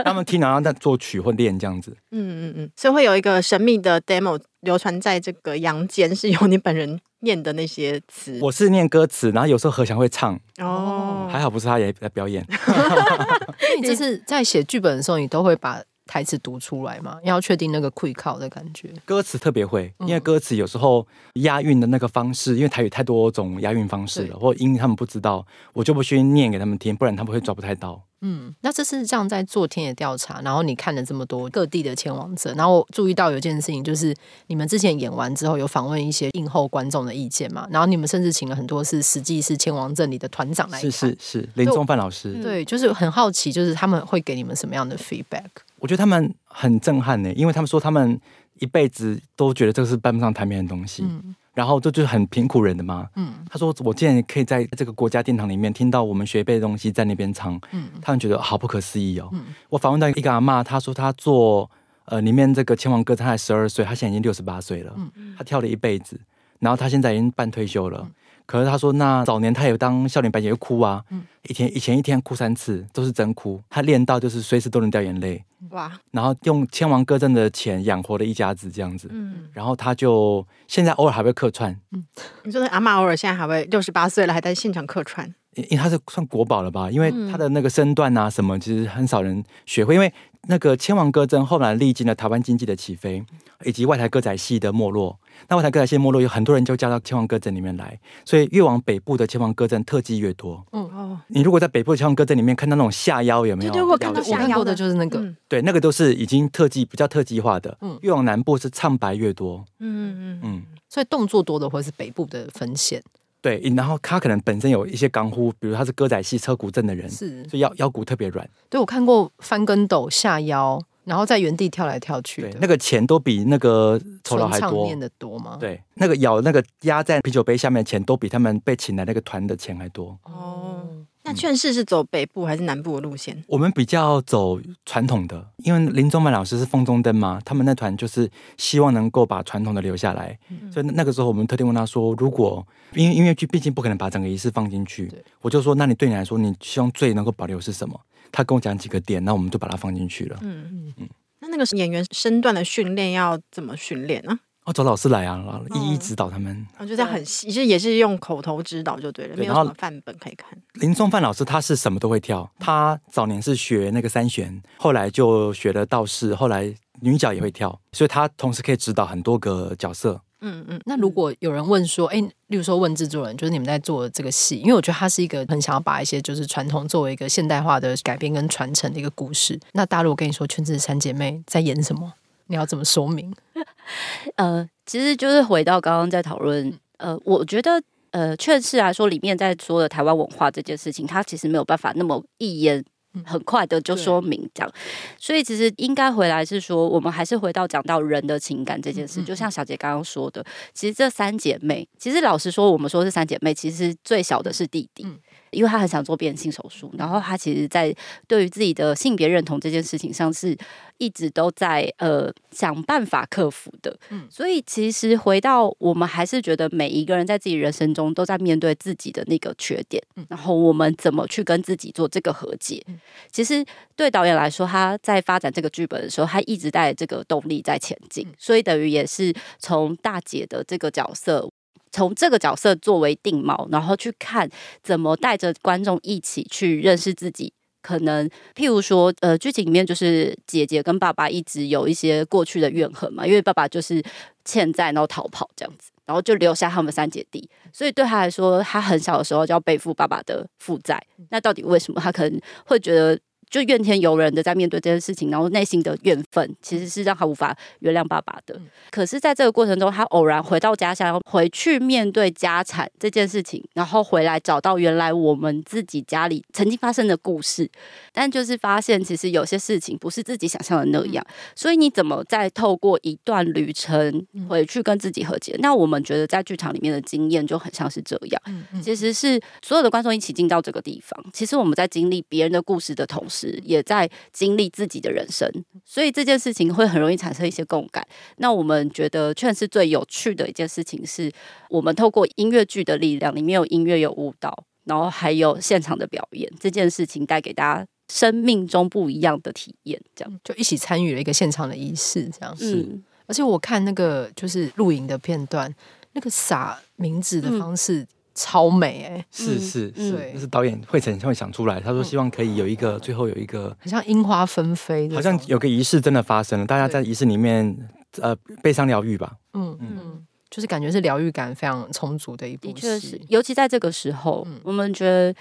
S3: 他们听然后再作曲或练这样子。
S2: 嗯嗯嗯，所以会有一个神秘的 demo 流传在这个阳间，是由你本人念的那些词。
S3: 我是念歌词，然后有时候何翔会唱，
S2: 哦，
S3: 还好不是他也在表演。
S1: 所以你这次在写剧本的时候，你都会把台词读出来吗？要确定那个 quick call 的感觉。
S3: 歌词特别会，因为歌词有时候押韵的那个方式，因为台语太多种押韵方式
S1: 对
S3: 了，或音他们不知道，我就不去念给他们听，不然他们会抓不太到。
S1: 嗯，那这次这样在做田野调查，然后你看了这么多各地的前往者，然后我注意到有件事情，就是你们之前演完之后有访问一些映后观众的意见嘛，然后你们甚至请了很多是实际是前往镇里的团长来
S3: 是
S1: 看，嗯
S3: 是是，林宗范老师，
S1: 对，就是很好奇，就是他们会给你们什么样的 feedback？
S3: 我觉得他们欸很震撼呢，因为他们说他们一辈子都觉得这个是搬不上台面的东西，
S1: 嗯
S3: 然后这就是很贫苦人的嘛。
S1: 嗯
S3: 他说：“我竟然可以在这个国家殿堂里面听到我们学辈的东西在那边唱，
S1: 嗯
S3: 他们觉得好不可思议哦。
S1: 嗯
S3: 我访问到一个阿嬷，她说她做呃里面这个千王歌，她才十二岁，她现在已经六十八岁了，
S1: 嗯
S3: 她跳了一辈子，然后她现在已经半退休了。可是她说，那早年她有当笑脸白姐就哭啊，
S1: 嗯
S3: 一天以前一天哭三次，都是真哭。她练到就是随时都能掉眼泪，
S2: 哇，
S3: 然后用千王歌挣的钱养活了一家子这样子。
S2: 嗯，
S3: 然后她就现在偶尔还会客串，
S2: 你说那阿妈偶尔现在还会六十八岁了，还在现场客串，
S3: 因因为他是算国宝了吧？因为
S2: 嗯
S3: 他的那个身段啊什么，其实很少人学会。因为那个千王歌真后来历经了台湾经济的起飞，以及外台歌仔戏的没落。那外台歌仔戏的没落，有很多人就加到千王歌阵里面来，所以越往北部的千王歌阵特技越多。
S2: 哦，
S3: 你如果在北部的千王歌阵里面看到那种下腰有没有？
S2: 对对我看到
S3: 了解
S1: 我
S2: 下腰
S1: 看过的就是那个，
S2: 嗯
S3: 对，那个都是已经特技比较特技化的。
S1: 嗯
S3: 越往南部是唱白越多。
S2: 嗯嗯，
S3: 嗯，
S1: 所以动作多的会是北部的分线，
S3: 对，然后他可能本身有一些港呼，比如他是歌仔戏车骨阵的人，
S1: 是
S3: 所以腰腰骨特别软。
S1: 对我看过翻跟斗、下腰，然后在原地跳来跳去
S3: 对
S1: 的，，
S3: 那个钱都比那个酬劳
S1: 纯
S3: 还
S1: 唱
S3: 多
S1: 念。的多吗？，
S3: 对，那个咬那个压在啤酒杯下面的钱，都比他们被请来那个团的钱还多。
S2: 哦，那劝世是走北部还是南部的路线？
S3: 我们比较走传统的，因为林宗满老师是风中灯嘛，他们那团就是希望能够把传统的留下来，所以那那个时候我们特地问他说，如果因为音乐剧毕竟不可能把整个仪式放进去
S1: 对，
S3: 我就说，那你对你来说，你希望最能够保留是什么？他跟我讲几个点，那我们就把它放进去了。
S2: 那那个演员身段的训练要怎么训练呢？
S3: 哦，找老师来啊，老一一
S2: 嗯
S3: 指导他们。
S2: 啊，就在很细，其实也是用口头指导就对了，
S3: 对
S2: 没有
S3: 然后
S2: 什么范本可以看。
S3: 林松范老师他是什么都会跳，他早年是学那个三弦，后来就学了道士，后来女角也会跳，所以他同时可以指导很多个角色。
S2: 嗯嗯，
S1: 那如果有人问说，哎、例如说问制作人，就是你们在做这个戏，因为我觉得它是一个很想要把一些就是传统作为一个现代化的改编跟传承的一个故事。那大陆我跟你说，《圈子三姐妹》在演什么？你要怎么说明？
S4: 呃，其实就是回到刚刚在讨论，
S1: 嗯
S4: 呃，我觉得。呃，确实来说，里面在说的台湾文化这件事情，它其实没有办法那么一言很快的就
S1: 嗯对
S4: 说明这样，所以其实应该回来是说，我们还是回到讲到人的情感这件事，
S1: 嗯嗯
S4: 就像小杰刚刚说的，其实这三姐妹，其实老实说，我们说是三姐妹，其实最小的是弟弟。
S1: 嗯
S4: 因为她很想做变性手术，然后她其实，在对于自己的性别认同这件事情上，是一直都在呃想办法克服的。
S1: 嗯
S4: 所以其实回到我们还是觉得每一个人在自己人生中都在面对自己的那个缺点，
S1: 嗯
S4: 然后我们怎么去跟自己做这个和解。
S1: 嗯
S4: 其实对导演来说，他在发展这个剧本的时候，他一直带着这个动力在前进，
S1: 嗯
S4: 所以等于也是从大姐的这个角色。从这个角色作为定锚，然后去看怎么带着观众一起去认识自己。可能譬如说，呃，剧情里面就是姐姐跟爸爸一直有一些过去的怨恨嘛，因为爸爸就是欠债，然后逃跑这样子，然后就留下他们三姐弟。所以对他来说，他很小的时候就要背负爸爸的负债。那到底为什么他可能会觉得？就怨天尤人的在面对这件事情，然后内心的怨愤其实是让他无法原谅爸爸的。可是，在这个过程中，他偶然回到家乡，回去面对家产这件事情，然后回来找到原来我们自己家里曾经发生的故事，但就是发现其实有些事情不是自己想象的那样。所以，你怎么再透过一段旅程回去跟自己和解？那我们觉得在剧场里面的经验就很像是这样。
S1: 嗯嗯
S4: 其实是所有的观众一起进到这个地方。其实我们在经历别人的故事的同时，也在经历自己的人生，所以这件事情会很容易产生一些共感。那我们觉得劝是最有趣的一件事情是，我们透过音乐剧的力量，里面有音乐，有舞蹈，然后还有现场的表演，这件事情带给大家生命中不一样的体验。这样，
S1: 就一起参与了一个现场的仪式，这样。
S3: 是
S4: 嗯，
S1: 而且我看那个就是录影的片段，那个撒名字的方式超美哎、
S3: 是
S4: 嗯
S3: 是
S4: 嗯
S3: 是，那是导演会成会想出来。他说希望可以有一个最后有一个，
S1: 很像樱花纷飞这种，
S3: 好像有个仪式真的发生了，大家在仪式里面呃悲伤疗愈吧。
S1: 嗯
S3: 嗯
S1: 嗯，就是感觉是疗愈感非常充足的一部戏，
S4: 的确是，尤其在这个时候，
S1: 嗯
S4: 我们觉得，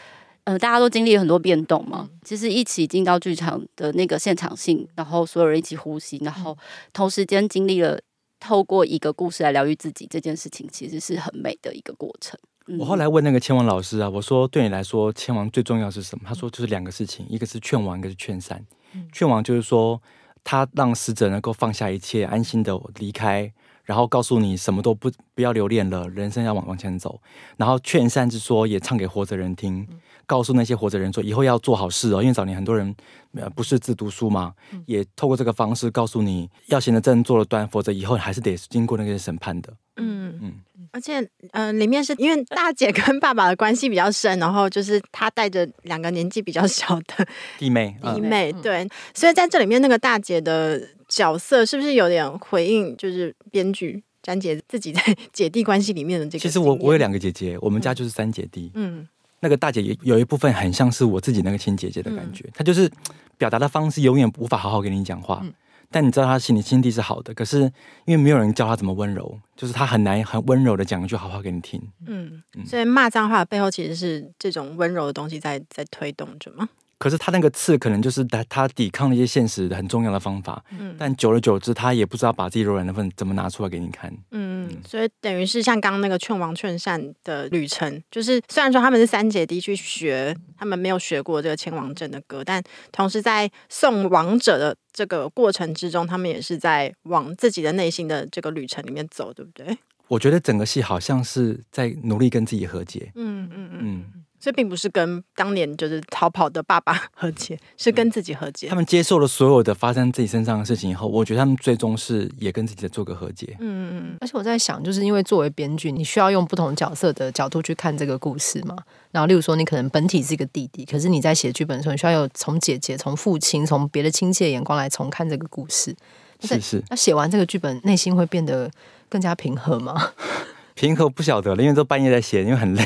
S4: 呃，大家都经历了很多变动嘛。其实一起进到剧场的那个现场性，然后所有人一起呼吸，然后同时间经历了透过一个故事来疗愈自己这件事情，其实是很美的一个过程。嗯
S3: 我后来问那个千王老师啊，我说对你来说，千王最重要是什么？他说就是两个事情，一个是劝王，一个是劝善
S1: 嗯。
S3: 劝王就是说，他让死者能够放下一切，安心的离开，然后告诉你什么都不不要留恋了，人生要往往前走。然后劝善之说也唱给活着人听，告诉那些活着人说，以后要做好事哦，因为早年很多人呃不是自读书嘛，也透过这个方式告诉你要行得正，坐得端，否则以后还是得经过那个审判的。
S2: 嗯
S3: 嗯
S2: 嗯，而且呃，里面是因为大姐跟爸爸的关系比较深，然后就是她带着两个年纪比较小的
S3: 弟妹，
S2: 弟
S3: 嗯，
S2: 妹，对，所以在这里面那个大姐的角色是不是有点回应，就是编剧詹姐自己在 姐弟关系里面的这个？
S3: 其实我我有，两个姐姐，我们家就是三姐弟。
S2: 嗯
S3: 那个大姐有有一部分很像是我自己那个亲姐姐的感
S2: 嗯
S3: 觉，她就是表达的方式永远无法好好跟你讲话，
S2: 嗯
S3: 但你知道她心里心地是好的，可是因为没有人教她怎么温柔，就是她很难很温柔的讲一句好话给你听。
S2: 嗯，所以骂脏话的背后其实是这种温柔的东西在在推动着嘛。
S3: 可是她那个刺可能就是她她抵抗了一些现实的很重要的方法，
S2: 嗯
S3: 但久而久之，她也不知道把自己柔软的份怎么拿出来给你看。
S2: 嗯，所以等于是像刚刚那个劝王劝善的旅程，就是虽然说他们是三姐弟去学，他们没有学过这个千王阵的歌，但同时在送王者的这个过程之中，他们也是在往自己的内心的这个旅程里面走，对不对？
S3: 我觉得整个戏好像是在努力跟自己和解，
S2: 嗯嗯嗯。
S3: 嗯。
S2: 所以并不是跟当年就是逃跑的爸爸 和解，是
S1: 嗯
S2: 跟自己和解
S3: 他。们接受了所有的发生自己身上的事情以后，我觉得他们最终是也跟自己的做个和解。
S2: 嗯嗯
S1: 而且我在想，就是因为作为编剧，你需要用不同角色的角度去看这个故事嘛。然后，例如说，你可能本体是一个弟弟，可是你在写剧本的时候，你需要有从姐姐、从父亲、从别的亲戚的眼光来重看这个故事。
S3: 是是，
S1: 那写完这个剧本，内心会变得更加平和吗？
S3: 平和不晓得了，因为都半夜在写，因为很累，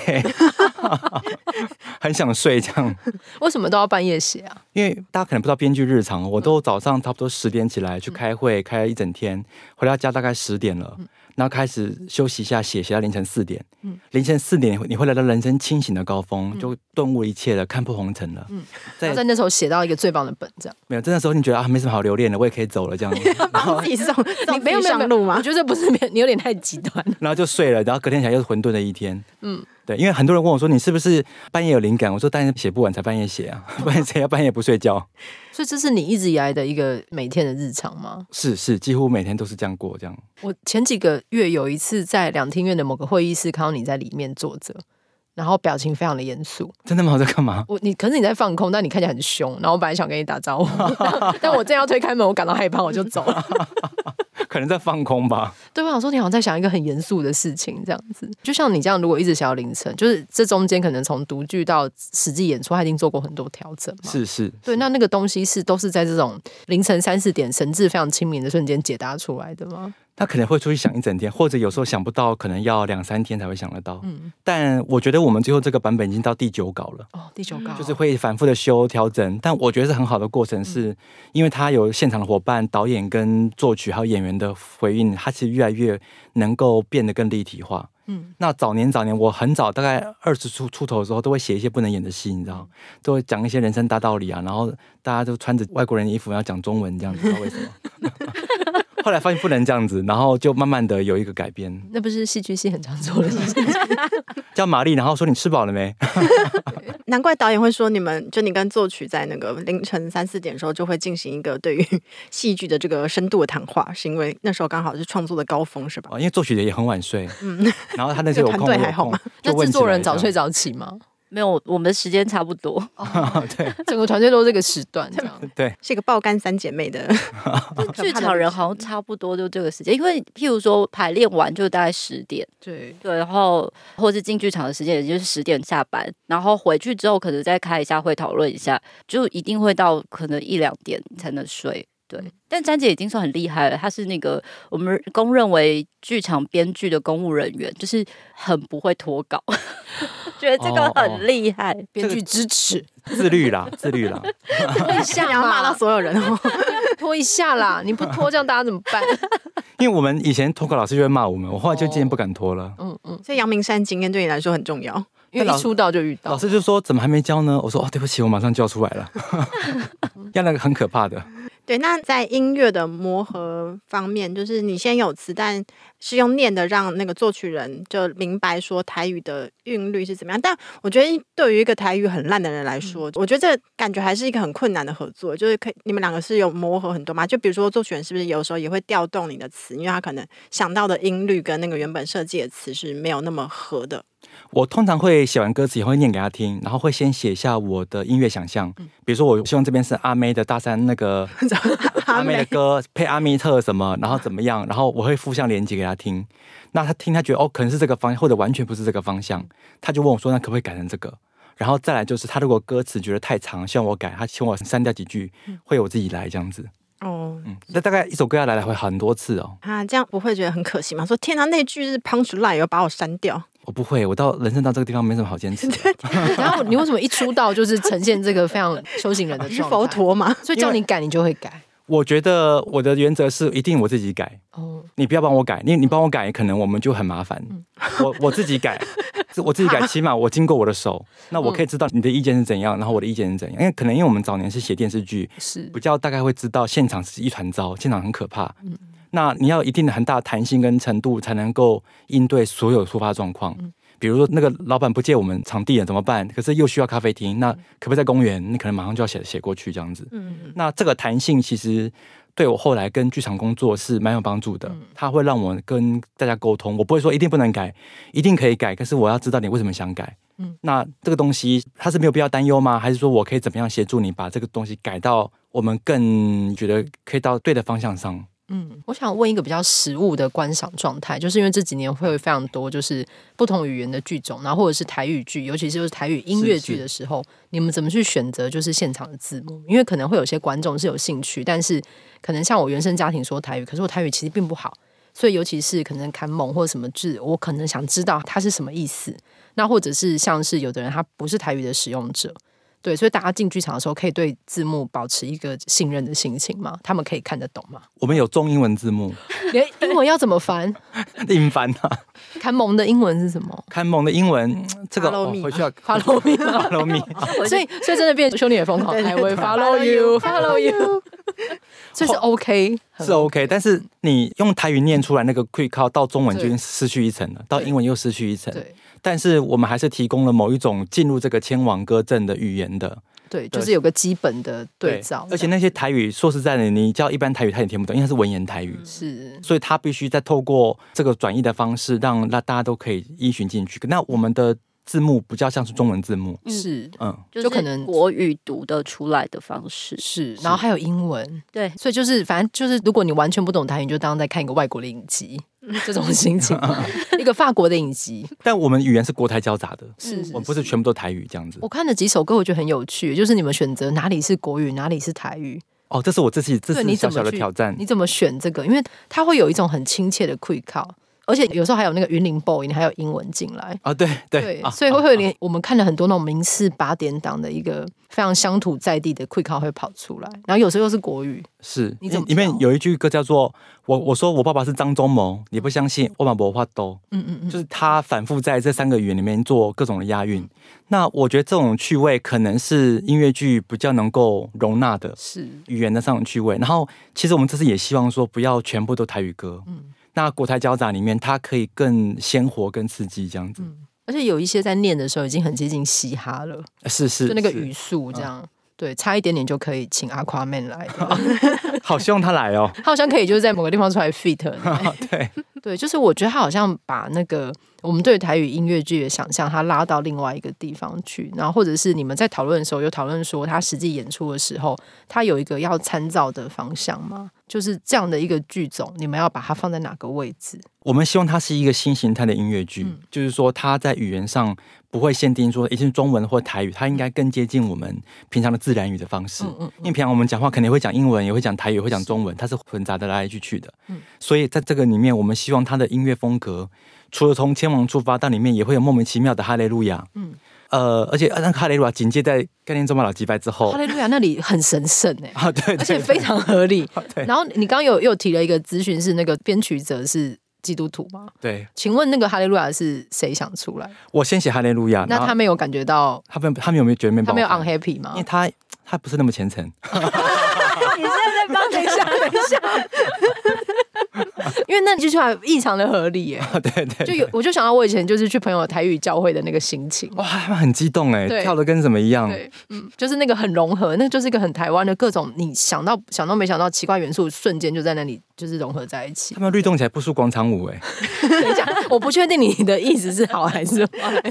S3: 很想睡这样。
S1: 为什么都要半夜写啊？
S3: 因为大家可能不知道编剧日常，哦我都早上差不多十点起来去开会，开一整天，回到家大概十点了，然后开始休息一下，写写到凌晨四点。凌晨四点你会来到人生清醒的高峰，就顿悟一切了，看破红尘了。
S1: 然
S3: 在
S1: 后在那时候写到一个最棒的本，这样
S3: 没有，真的时候你觉得啊，没什么好留恋的，我也可以走了这样。然后
S2: 嗯，自己送送
S1: 你没有
S2: 自己
S1: 没有
S2: 上
S1: 没有
S2: 路吗
S1: 我？觉得这不是 你有点太极端了。
S3: 然后就睡了，然后隔天起来又是混沌的一天。嗯，对，因为很多人问我说你是不是半夜有灵感？我说当然写不完才 半夜写啊，不然谁要半夜不睡觉？
S1: 所以这是你一直以来的一个每天的日常吗？
S3: 是是，几乎每天都是这样过，这样
S1: 我前几个月有一次在两厅院的某个会议室看到你在里面坐着，然后表情非常的严肃。
S3: 真的吗？我在 干嘛？
S1: 我你可是你在放空，但你看起来很凶。然后我本来想跟你打招呼， 但但我正要推开门，我感到害怕，我就走了。
S3: 可能在放空吧。
S1: 对，我想说你好像在想一个很严肃的事情，这样子。就像你这样，如果一直想要凌晨，就是这中间可能从独剧到实际演出，他已经做过很多调整嘛。
S3: 是是，
S1: 对，那那个东西是都是在这种凌晨三四点神志非常清明的瞬间解答出来的吗？
S3: 他可能会出去想一整天，或者有时候想不到，可能要两三天才会想得到。嗯，但我觉得我们最后这个版本已经到第九稿了。
S1: 哦，第九稿
S3: 就是会反复的修调整，但我觉得是很好的过程是，因为他有现场的伙伴、导演跟作曲还有演员的回应，他其实越来越能够变得更立体化。嗯，那早年早年我很早，大概二十出出头的时候，都会写一些不能演的戏，你知道，都会讲一些人生大道理啊，然后大家都穿着外国人的衣服，然后讲中文这样子，不知道为什么。 后来发现不能这样子，然后就慢慢的有一个改编，
S1: 那不是戏剧系很常做的事情。
S3: 叫玛丽，然后说你吃饱了没？
S2: 难怪导演会说你们，就你跟作曲在那个凌晨三四点的时候就会进行一个对于戏剧的这个深度的谈话，是因为那时候刚好是创作的高峰， 是吧？
S3: 哦，因为作曲的也很晚睡，嗯，然后他那时候有
S2: 这个 团
S3: 空，
S2: 队
S3: 我有
S2: 还好
S3: 空
S2: 吗
S3: 就
S1: 那
S3: 问
S1: 制
S3: 起
S1: 作
S3: 来
S1: 人
S3: 这
S1: 早
S3: 样
S1: 睡早起吗？
S4: 没有，我们时间差不多。
S1: 整个团队都是这个时段这样。
S3: 对，
S2: 是一个爆肝三姐妹的可
S4: 剧
S2: 怕的
S4: 场人 好像差不多就这个时间，因为譬如说排练完就大概十点，
S1: 对，
S4: 对，然后或是进剧场的时间也就是十点下班，然后回去之后可能再开一下会讨论一下，就一定会到可能一两点才能睡。对，但詹姐已经算很厉害了，她是那个我们公认为剧场编剧的公务人员，就是很不会脱稿， 觉得这个
S3: 哦哦
S4: 很厉害。
S1: 编剧支 持，
S3: 自律啦，自律啦。
S1: 拖一下
S2: 你要骂到
S1: 嘛，
S2: 所有人哦。
S1: 拖一下啦！你不拖，这样大家怎么 办？
S3: 因为我们以前脱稿老师就会骂我们，我后来就渐渐不敢脱了。
S1: 嗯嗯，
S2: 所以阳明山经验对你来说很重要。
S1: 因为一出道就遇到
S3: 老。师就说：“怎么还没交呢？”我说：“哦，对不起，我马上就要出来了。”要那个很可怕的，
S2: 对，那在音乐的磨合方面，就是你先有词，但是用念的让那个作曲人就明白说台语的韵律是怎么样。但我觉得对于一个台语很烂的人
S3: 嗯
S2: 来说，我觉得这感觉还是一个很困难的合作。就是可以你们两个是有磨合很多嘛？就比如说作曲人是不是有时候也会调动你的词，因为他可能想到的音律跟那个原本设计的词是没有那么合的。
S3: 我通常会写完歌词也会念给他听，然后会先写下我的音乐想象，
S1: 嗯
S3: 比如说我希望这边是阿妹的大三那 个阿妹的歌配阿密特什么，然后怎么样，然后我会附上链接给他听。那他听他觉得哦，可能是这个方向，或者完全不是这个方向，他就问我说，那可不可以改成这个？然后再来就是他如果歌词觉得太长，希望我改，他希望我删掉几句，会我自己来这样子。
S2: 哦，
S3: 嗯，那大概一首歌要来来回很多次哦。
S2: 啊，这样不会觉得很可惜吗？说天啊，那句是 punch line，又把我删掉。
S3: 我不会，我到人生到这个地方没什么好坚 持的。
S1: 然后你为什么一出道就是呈现这个非常修行 人的
S2: 你是
S1: 状态？
S2: 佛，陀吗？
S1: 所以叫你改你就会改。
S3: 我觉得我的原则是一定我自己改，
S1: 哦，
S3: 你不要帮我改，你你帮我改，可能我们就很麻烦。我我自己改，自我自己改，起码我经过我的手，那我可以知道你的意见是怎样，然后我的意见是怎样。因为可能因为我们早年是写电视剧，
S1: 是
S3: 比较大概会知道现场是一团糟，现场很可怕。
S2: 嗯
S3: 那你要有一定的很大的弹性跟程度，才能够应对所有突发状况。
S2: 嗯
S3: 比如说那个老板不借我们场地了怎么办？可是又需要咖啡厅，那可不可以在公园？你可能马上就要写写过去这样子。
S2: 嗯，
S3: 那这个弹性其实对我后来跟剧场工作是蛮有帮助
S2: 嗯
S3: 的，它会让我跟大家沟通，我不会说一定不能改，一定可以改，可是我要知道你为什么想改。
S1: 嗯
S3: 嗯，那这个东西它是没有必要担忧吗？还是说我可以怎么样协助你把这个东西改到我们更觉得可以到对的方向上？
S1: 嗯，我想问一个比较实物的观赏状态，就是因为这几年会有非常多就是不同语言的剧种，然后或者是台语剧，尤其是就是台语音乐剧的时候，你们怎么去选择就是现场的字幕？因为可能会有些观众是有兴趣，但是可能像我原生家庭说台语，可是我台语其实并不好，所以尤其是可能看蒙或者什么字，我可能想知道它是什么意思。那或者是像是有的人他不是台语的使用者。对，所以大家进剧场的时候，可以对字幕保持一个信任的心情吗？他们可以看得懂吗？
S3: 我们有中英文字幕，
S1: 连英文要怎么翻？
S3: 硬翻啊！
S1: 看蒙的英文是什么
S3: 看蒙的英文，这个
S2: Follow
S3: 哦
S2: me
S3: 回去要
S1: 嗯？Follow me，
S3: follow me。
S1: 所以所以真的变成修女的疯狂，
S2: 对对
S1: 还会 follow
S2: follow
S1: you，follow you，所以是 OK，
S3: 是哦 OK，但是你用台语念出来那个 quick call 到中文就已经失去一层了，到英文又失去一层。
S1: 对
S3: 但是我们还是提供了某一种进入这个千网歌阵的语言的
S1: 对，就是有个基本的对照，
S3: 而且那些台语，说实在的，你叫一般台语他也听不懂，因为它是文言台
S1: 嗯
S3: 语，
S1: 是
S3: 所以他必须再透过这个转译的方式，让让大家都可以依循进去。那我们的字幕比较像是中文字幕，
S4: 嗯
S1: 是
S3: 嗯，
S4: 就是
S1: 就可能
S4: 国语读得出来的方式。
S1: 是，然后还有英文，
S4: 对，
S1: 所以就是反正就是，如果你完全不懂台语，你就当在看一个外国的影集，这种心情，一个法国的影集，
S3: 但我们语言是国台交杂的，
S1: 是
S3: 我们不是全部都台语这样子。
S1: 我看了几首歌，我觉得很有趣，就是你们选择哪里是国语，哪里是台语，
S3: 哦，这是我自己这
S1: 对
S3: 是
S1: 你怎
S3: 小
S1: 么
S3: 小的
S1: 去
S3: 挑战
S1: 你。怎么选这个？因为它会有一种很亲切的 quick call，而且有时候还有那个云林 boy，你还有英文进来。
S3: 啊，对对
S1: 对，
S3: 啊，
S1: 所以会会连我们看了很多那种名次八点档的一个非常乡土在地的 quick call 会跑出来，然后有时候又是国语，
S3: 是，
S1: 你怎么
S3: 里面
S1: 知道
S3: 有一句歌叫做“我我说我爸爸是张忠谋，你不相信，我把我话都”，
S1: 嗯嗯嗯，
S3: 就是他反复在这三个语言里面做各种的押韵。那我觉得这种趣味可能是音乐剧比较能够容纳的
S1: 是
S3: 语言的上的趣味。然后，其实我们这次也希望说，不要全部都台语歌。
S1: 嗯
S3: 那国台交杂里面，它可以更鲜活、更刺激这样子。
S1: 而且有一些在念的时候已经很接近嘻哈了，
S3: 呃是是，
S1: 就那个
S3: 是
S1: 语， 速这样。对，差一点点就可以请阿夸 man 来，
S3: 好希望他来哦。
S1: 他好像可以就是在某个地方出来 fit
S3: 对，
S1: 对，就是我觉得他好像把那个我们对台语音乐剧的想象，他拉到另外一个地方去，然后或者是你们在讨论的时候，有讨论说他实际演出的时候，他有一个要参照的方向吗？就是这样的一个剧种，你们要把它放在哪个位置？
S3: 我们希望它是一个新形态的音乐剧，
S1: 嗯
S3: 就是说它在语言上不会限定说一定是中文或台语，它应该更接近我们平常的自然语的方式。
S1: 嗯嗯
S3: 因为平常我们讲话肯定会讲英文，也会讲台语，也会讲中文，它是混杂的来来去去的。
S1: 嗯
S3: 所以在这个里面，我们希望它的音乐风格除了从天王出发，但里面也会有莫名其妙的哈雷路亚。
S1: 嗯
S3: 嗯，呃，而且呃那个哈雷路亚紧接在概念中马老击败之后
S1: 哈，利路亚那里很神圣哎、
S3: 啊，对
S1: 而且
S3: 对
S1: 非常合理。
S3: 哦对
S1: 然后你刚刚有又提了一个资讯，是那个编曲者是基督徒吗？
S3: 对，
S1: 请问那个哈利路亚是谁想出来？
S3: 我先写哈雷路亚，
S1: 那他
S3: 啊然后
S1: 没有感觉到
S3: 他们他们有没有觉得没
S1: 他没有
S3: 办 法
S1: unhappy 吗
S3: 因为？他他不是那么虔诚。
S4: 你现在在帮
S1: 等一下，等一下， 因为那句话异常的合理耶，
S3: 对对，
S1: 就有我就想到我以前就是去朋友台语教会的那个心情，
S3: 哇，他们很激动哎
S1: 对，
S3: 跳的跟什么一样，
S1: 对，嗯，就是那个很融合，那就是一个很台湾的各种你想到想都没想到奇怪元素，瞬间就在那里就是融合在一起
S3: 他。们律动起来不输广场舞哎，
S1: 等一下，我不确定你的意思是好还是坏。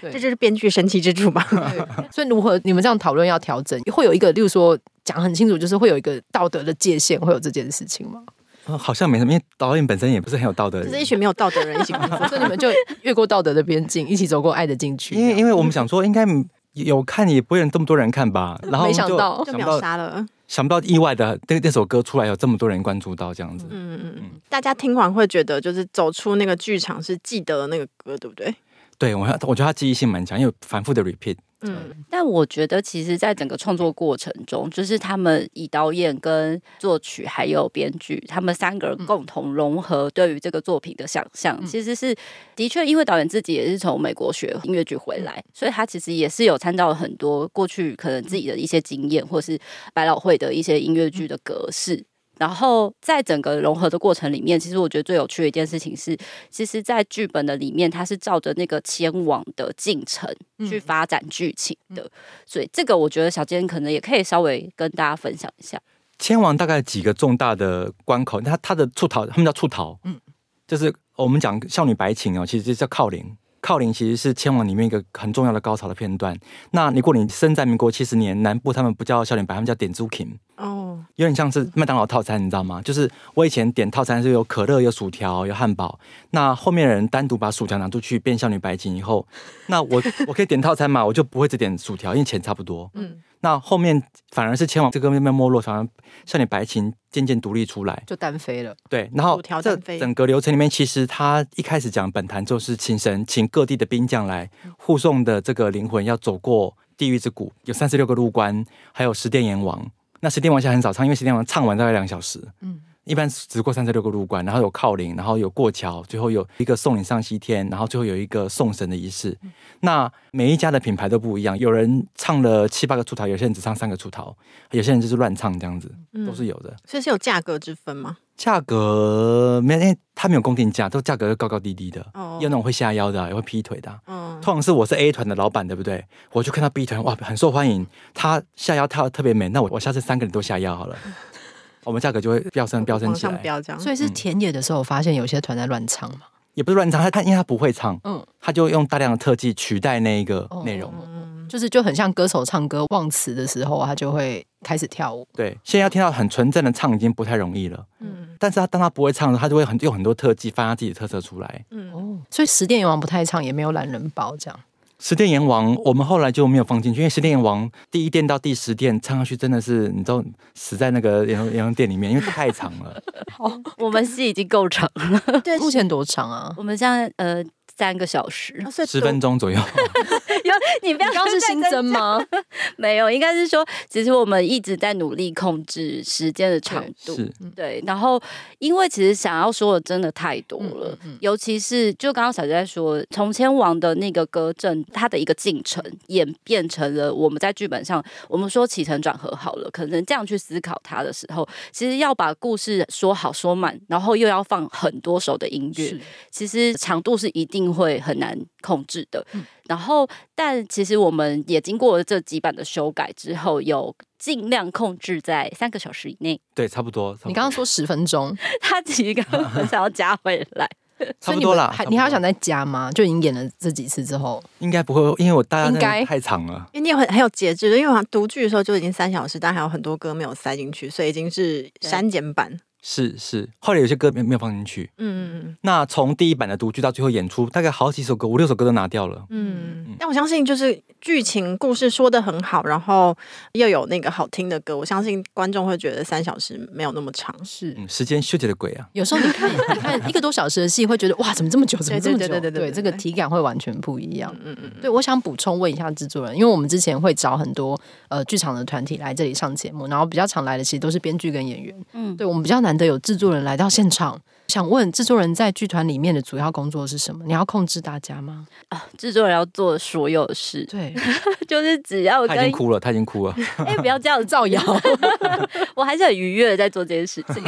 S2: 这就是编剧神奇之处吧？
S1: 对所以如何你们这样讨论要调整，会有一个，例如说讲很清楚，就是会有一个道德的界限，会有这件事情吗？
S3: 呃好像没什么，因为导演本身也不是很有道德
S2: 就
S3: 的
S2: 是一群没有道德的人一起 工作。
S1: 所以你们就越过道德的边境，一起走过爱的禁区。
S3: 因为因为我们想说，应该有看也不会有这么多人看吧，然后我们
S1: 没想到
S3: 就
S2: 就
S3: 想
S2: 秒
S3: 不到
S2: 杀了，
S3: 想不到意外的那那首歌出来有这么多人关注到这样子，
S2: 嗯嗯嗯，大家听完会觉得，就是走出那个剧场是记得那个歌，对不对？
S3: 对我我觉得他记忆性蛮强，因为反复的 repeat，
S2: 嗯，
S4: 但我觉得，其实，在整个创作过程中，就是他们以导演、跟作曲还有编剧，他们三个人共同融合对于这个作品的想象，其实是的确，因为导演自己也是从美国学音乐剧回来，所以他其实也是有参照很多过去可能自己的一些经验，或是百老汇的一些音乐剧的格式。然后在整个融合的过程里面，其实我觉得最有趣的一件事情是，其实，在剧本的里面，它是照着那个前往的进程去发展剧情的，所以这个我觉得小坚可能也可以稍微跟大家分享一下。
S3: 千王大概几个重大的关口，他他的出逃，他们叫出逃，嗯，就是我们讲少女白琴哦，其实就叫靠铃。靠铃其实是千王里面一个很重要的高潮的片段。那如果你身在民国七十年南部，他们不叫少女白，他们叫点珠琴，
S2: 哦，
S3: 有点像是麦当劳套餐，你知道吗？就是我以前点套餐是有可乐、有薯条、有汉堡，那后面的人单独把薯条拿出去变少女白金以后，那我我可以点套餐嘛，我就不会只点薯条，因为钱差不多。
S2: 嗯
S3: 嗯，那后面反而是前往这个慢慢没落，反而少女白琴渐渐独立出来。
S1: 就单飞了，
S3: 对，然后
S2: 薯条
S3: 这
S2: 单飞
S3: 整个流程里面，其实他一开始讲本坛就是请神，请各地的兵将来嗯护送的这个灵魂要走过地狱之谷，有三十六个入关，还有十殿阎王。那十殿王现在很少唱，因为十殿王唱完大概两小时，
S1: 嗯
S3: 嗯，一般只过三十六个入关，然后有靠灵，然后有过桥，最后有一个送你上西天，然后最后有一个送神的仪式。
S2: 嗯
S3: 那每一家的品牌都不一样，有人唱了七八个出逃，有些人只唱三个出逃，有些人就是乱唱这样子，
S2: 嗯
S3: 都是有的。
S2: 所以是有价格之分吗？
S3: 价格没有，因为它没有公定价，都价格高高低低的，
S2: 哦
S3: 有那种会下腰的啊，也会劈腿的啊、
S2: 嗯，
S3: 通常是我是 A 团的老板，对不对？我就看到 B 团，哇，很受欢迎，他下腰跳得特别美，那我我下次三个人都下 腰好了，我们价格就会飙升飙升
S2: 往
S3: 起
S2: 上
S3: 来。
S2: 飙这样，
S1: 所以是
S3: 嗯
S1: 田野的时候发现有些团在乱唱嘛，
S3: 也不是乱唱，他他因为他不会唱，
S1: 嗯，
S3: 他就用大量的特技取代那一个内容。
S2: 嗯
S1: 就是就很像歌手唱歌忘词的时候，他就会开始跳舞，
S3: 对，现在要听到很纯正的唱已经不太容易了，
S2: 嗯
S3: 但是他当他不会唱的时候，他就会很用很多特技发他自己的特色出来。
S2: 嗯，
S1: 哦，所以十殿阎王不太唱，也没有懒人包这样，
S3: 十殿阎王，我们后来就没有放进去，因为十殿阎王第一殿到第十殿唱上去真的是，你知道死在那个呃阎王阎王殿里面，因为太长 了。
S4: 我们戏已经够长了，
S2: 对，
S1: 目前多长啊？
S4: 哦我们现在呃三个小时，
S2: 啊所以
S3: 十分钟左右，
S4: 有 你不要
S1: 你刚刚是新增吗？
S4: 没有，应该是说，其实我们一直在努力控制时间的长度。
S3: 是
S4: 对，然后因为其实想要说的真的太多了，尤其是就刚刚小杰在说，从前王的那个歌阵，它的一个进程演变成了我们在剧本上，我们说起承转合好了，可能这样去思考它的时候，其实要把故事说好说满，然后又要放很多首的音乐，其实长度是一定会很难控制的。然后，但其实我们也经过了这几版的修改之后，有尽量控制在三个小时以内。
S3: 对，差不多。
S1: 你刚刚说十分钟，
S4: 他其实刚刚想要加回来，
S3: 差不多啦
S1: 所以你们还
S3: 差不多
S1: 你还要想再加吗？就已经演了这几次之后，
S3: 应该不会，因为我大家
S1: 应该
S3: 那个太长了。
S2: 因为你有很很有节制的，因为好像读剧的时候就已经三小时，但还有很多歌没有塞进去，所以已经是删减版。
S3: 是是，后来有些歌没没有放进去。
S2: 嗯
S3: 那从第一版的独剧到最后演出，大概好几首歌，五六首歌都拿掉了。
S2: 嗯嗯。但我相信，就是剧情故事说的很好，然后又有那个好听的歌，我相信观众会觉得三小时没有那么长。
S1: 是
S3: 嗯，时间修结的鬼啊！
S1: 有时候你看你看一个多小时的戏，会觉得哇，怎么这么久？怎么这么久？
S2: 对对对对对对
S1: 这个体感会完全不一样。
S2: 嗯嗯嗯。
S1: 对，我想补充问一下制作人，因为我们之前会找很多呃剧场的团体来这里上节目，然后比较常来的其实都是编剧跟演员，
S4: 嗯，
S1: 对我们比较难得有制作人来到现场，想问制作人在剧团里面的主要工作是什么？你要控制大家吗？
S4: 啊，制作人要做所有事，
S1: 对，
S4: 就是只要
S3: 他已经
S4: 跟
S3: 哭了，他已经哭
S1: 嗯
S3: 了。
S4: 哎、不要这样造谣， 我还是很愉悦的在做这件事情。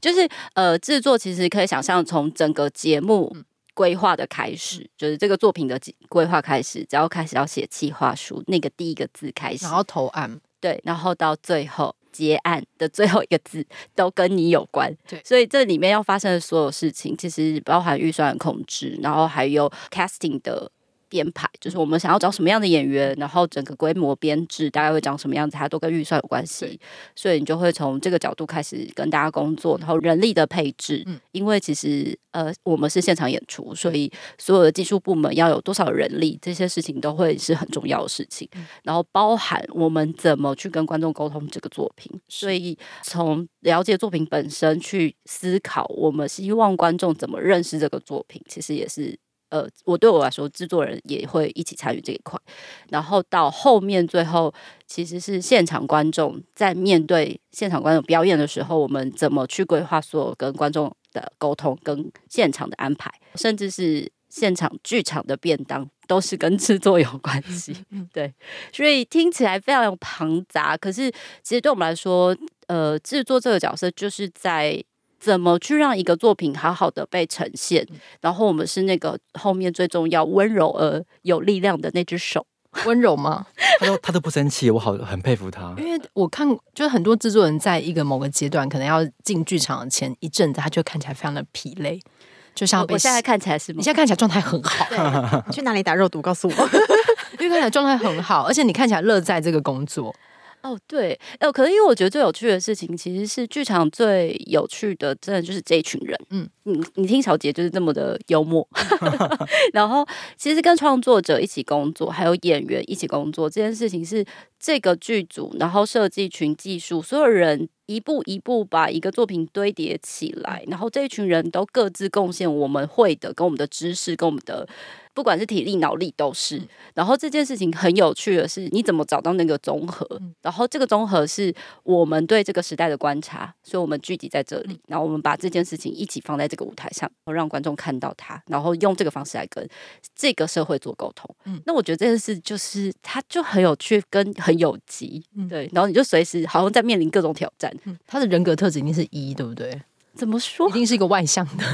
S4: 就是呃，制作其实可以想象从整个节目规划的开始，就是这个作品的计规划开始，只要开始要写企划书，那个第一个字开始，
S1: 然后投案，
S4: 对，然后到最后结案的最后一个字都跟你有关。
S1: 对
S4: 所以这里面要发生的所有事情，其实包含预算的控制，然后还有 casting 的。编排就是我们想要找什么样的演员，然后整个规模编制大概会长什么样子，它都跟预算有关系
S1: 对，
S4: 所以你就会从这个角度开始跟大家工作，然后人力的配置，
S1: 嗯
S4: 因为其实呃我们是现场演出，所以所有的技术部门要有多少人力，这些事情都会是很重要的事情。然后包含我们怎么去跟观众沟通这个作品，所以从了解作品本身去思考，我们希望观众怎么认识这个作品，其实也是呃，我对我来说，制作人也会一起参与这一块。然后到后面最后，其实是现场观众在面对现场观众表演的时候，我们怎么去规划所有跟观众的沟通、跟现场的安排，甚至是现场剧场的便当，都是跟制作有关系。对，所以听起来非常庞杂，可是其实对我们来说，呃，制作这个角色就是在。怎么去让一个作品好好的被呈现？然后我们是那个后面最重要、温柔而有力量的那只手。
S1: 温柔吗？
S3: 他都他都不生气，我好很佩 服他。
S1: 因为我看，就是很多制作人在一个某个阶段，可能要进剧场前一阵子，他就看起来非常的疲累，就像
S4: 我
S1: 被
S4: 我现在看起来是吗
S1: 你？现在看起来状态很好，
S2: 去哪里打肉毒？告诉我。
S1: 因为看起来状态很好，而且你看起来乐在这个工作，
S4: 哦，对，呃，可能因为我觉得最有趣的事情，其实是剧场最有趣的，真的就是这一群人。嗯
S1: 嗯，
S4: 你你听小杰就是这么的幽默， 然后其实跟创作者一起工作，还有演员一起工作这件事情是这个剧组，然后设计群、技术，所有人一步一步把一个作品堆叠起来，然后这一群人都各自贡献我们会的、跟我们的知识、跟我们的。不管是体力、脑力都是，然后这件事情很有趣的是，你怎么找到那个综合？
S1: 嗯
S4: 然后这个综合是我们对这个时代的观察，所以我们聚集在这
S1: 嗯
S4: 里，然后我们把这件事情一起放在这个舞台上，然后让观众看到它，然后用这个方式来跟这个社会做沟通。
S1: 嗯
S4: 那我觉得这件事就是它就很有趣，跟很有机，
S1: 嗯
S4: 对。然后你就随时好像在面临各种挑战，
S1: 他的人格特质一定是一，对不对？
S4: 怎么说
S1: 一？定是一个外向的。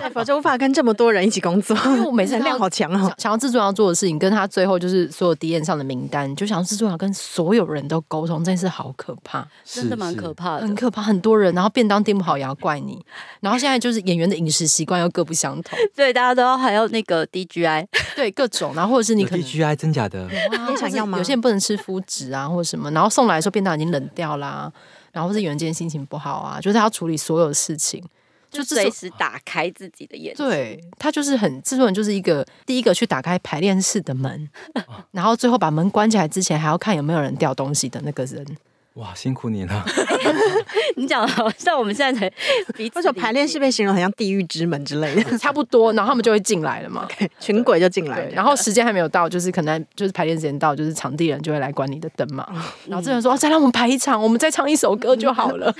S2: 对，否则无法跟这么多人一起工作。
S1: 因为我每次
S2: 能
S1: 看到
S2: 量 好强哦
S1: 想。想要制作人要做的事情，跟他最后就是所有 D N 上的名单，就想要制作人要跟所有人都沟通，这件事好可怕，
S4: 真的蛮
S3: 是
S4: 可。怕的
S1: 很。可怕，很多人，然后便当订不好也要怪你，然后现在就是演员的饮食习惯又各不相 同，
S4: 对，大家都要还有那个 DGI，
S1: 对各种，然后或者是你
S3: 你
S1: 可能嗯
S3: DGI 真假的？
S1: 哇
S2: 你想要吗
S1: 啊有些人不能吃麸质啊，或者什么，然后送来的时候便当已经冷掉啦，然后或是有人今天心情不好啊，就是他要处理所有事情，
S4: 就
S1: 就制
S4: 随
S1: 作
S4: 时打开自己的眼睛。
S1: 对他就是很制作人，就是一个第一个去打开排练室的门，然后最后把门关起来之前还要看有没有人掉东西的那个人，
S3: 哇，辛苦你了。
S4: 你讲得好像我们现在才彼此
S2: 为什么排练
S4: 理解
S2: 室被形容很像地狱之门之类的？
S1: 差不多，然后他们就会进来了嘛。
S2: 群鬼就进来
S1: 对，
S2: 了。
S1: 然后时间还没有到，就是可能就是排练时间到，就是场地人就会来关你的灯嘛。然后这人说、哦再让我们排一场，我们再唱一首歌就好了。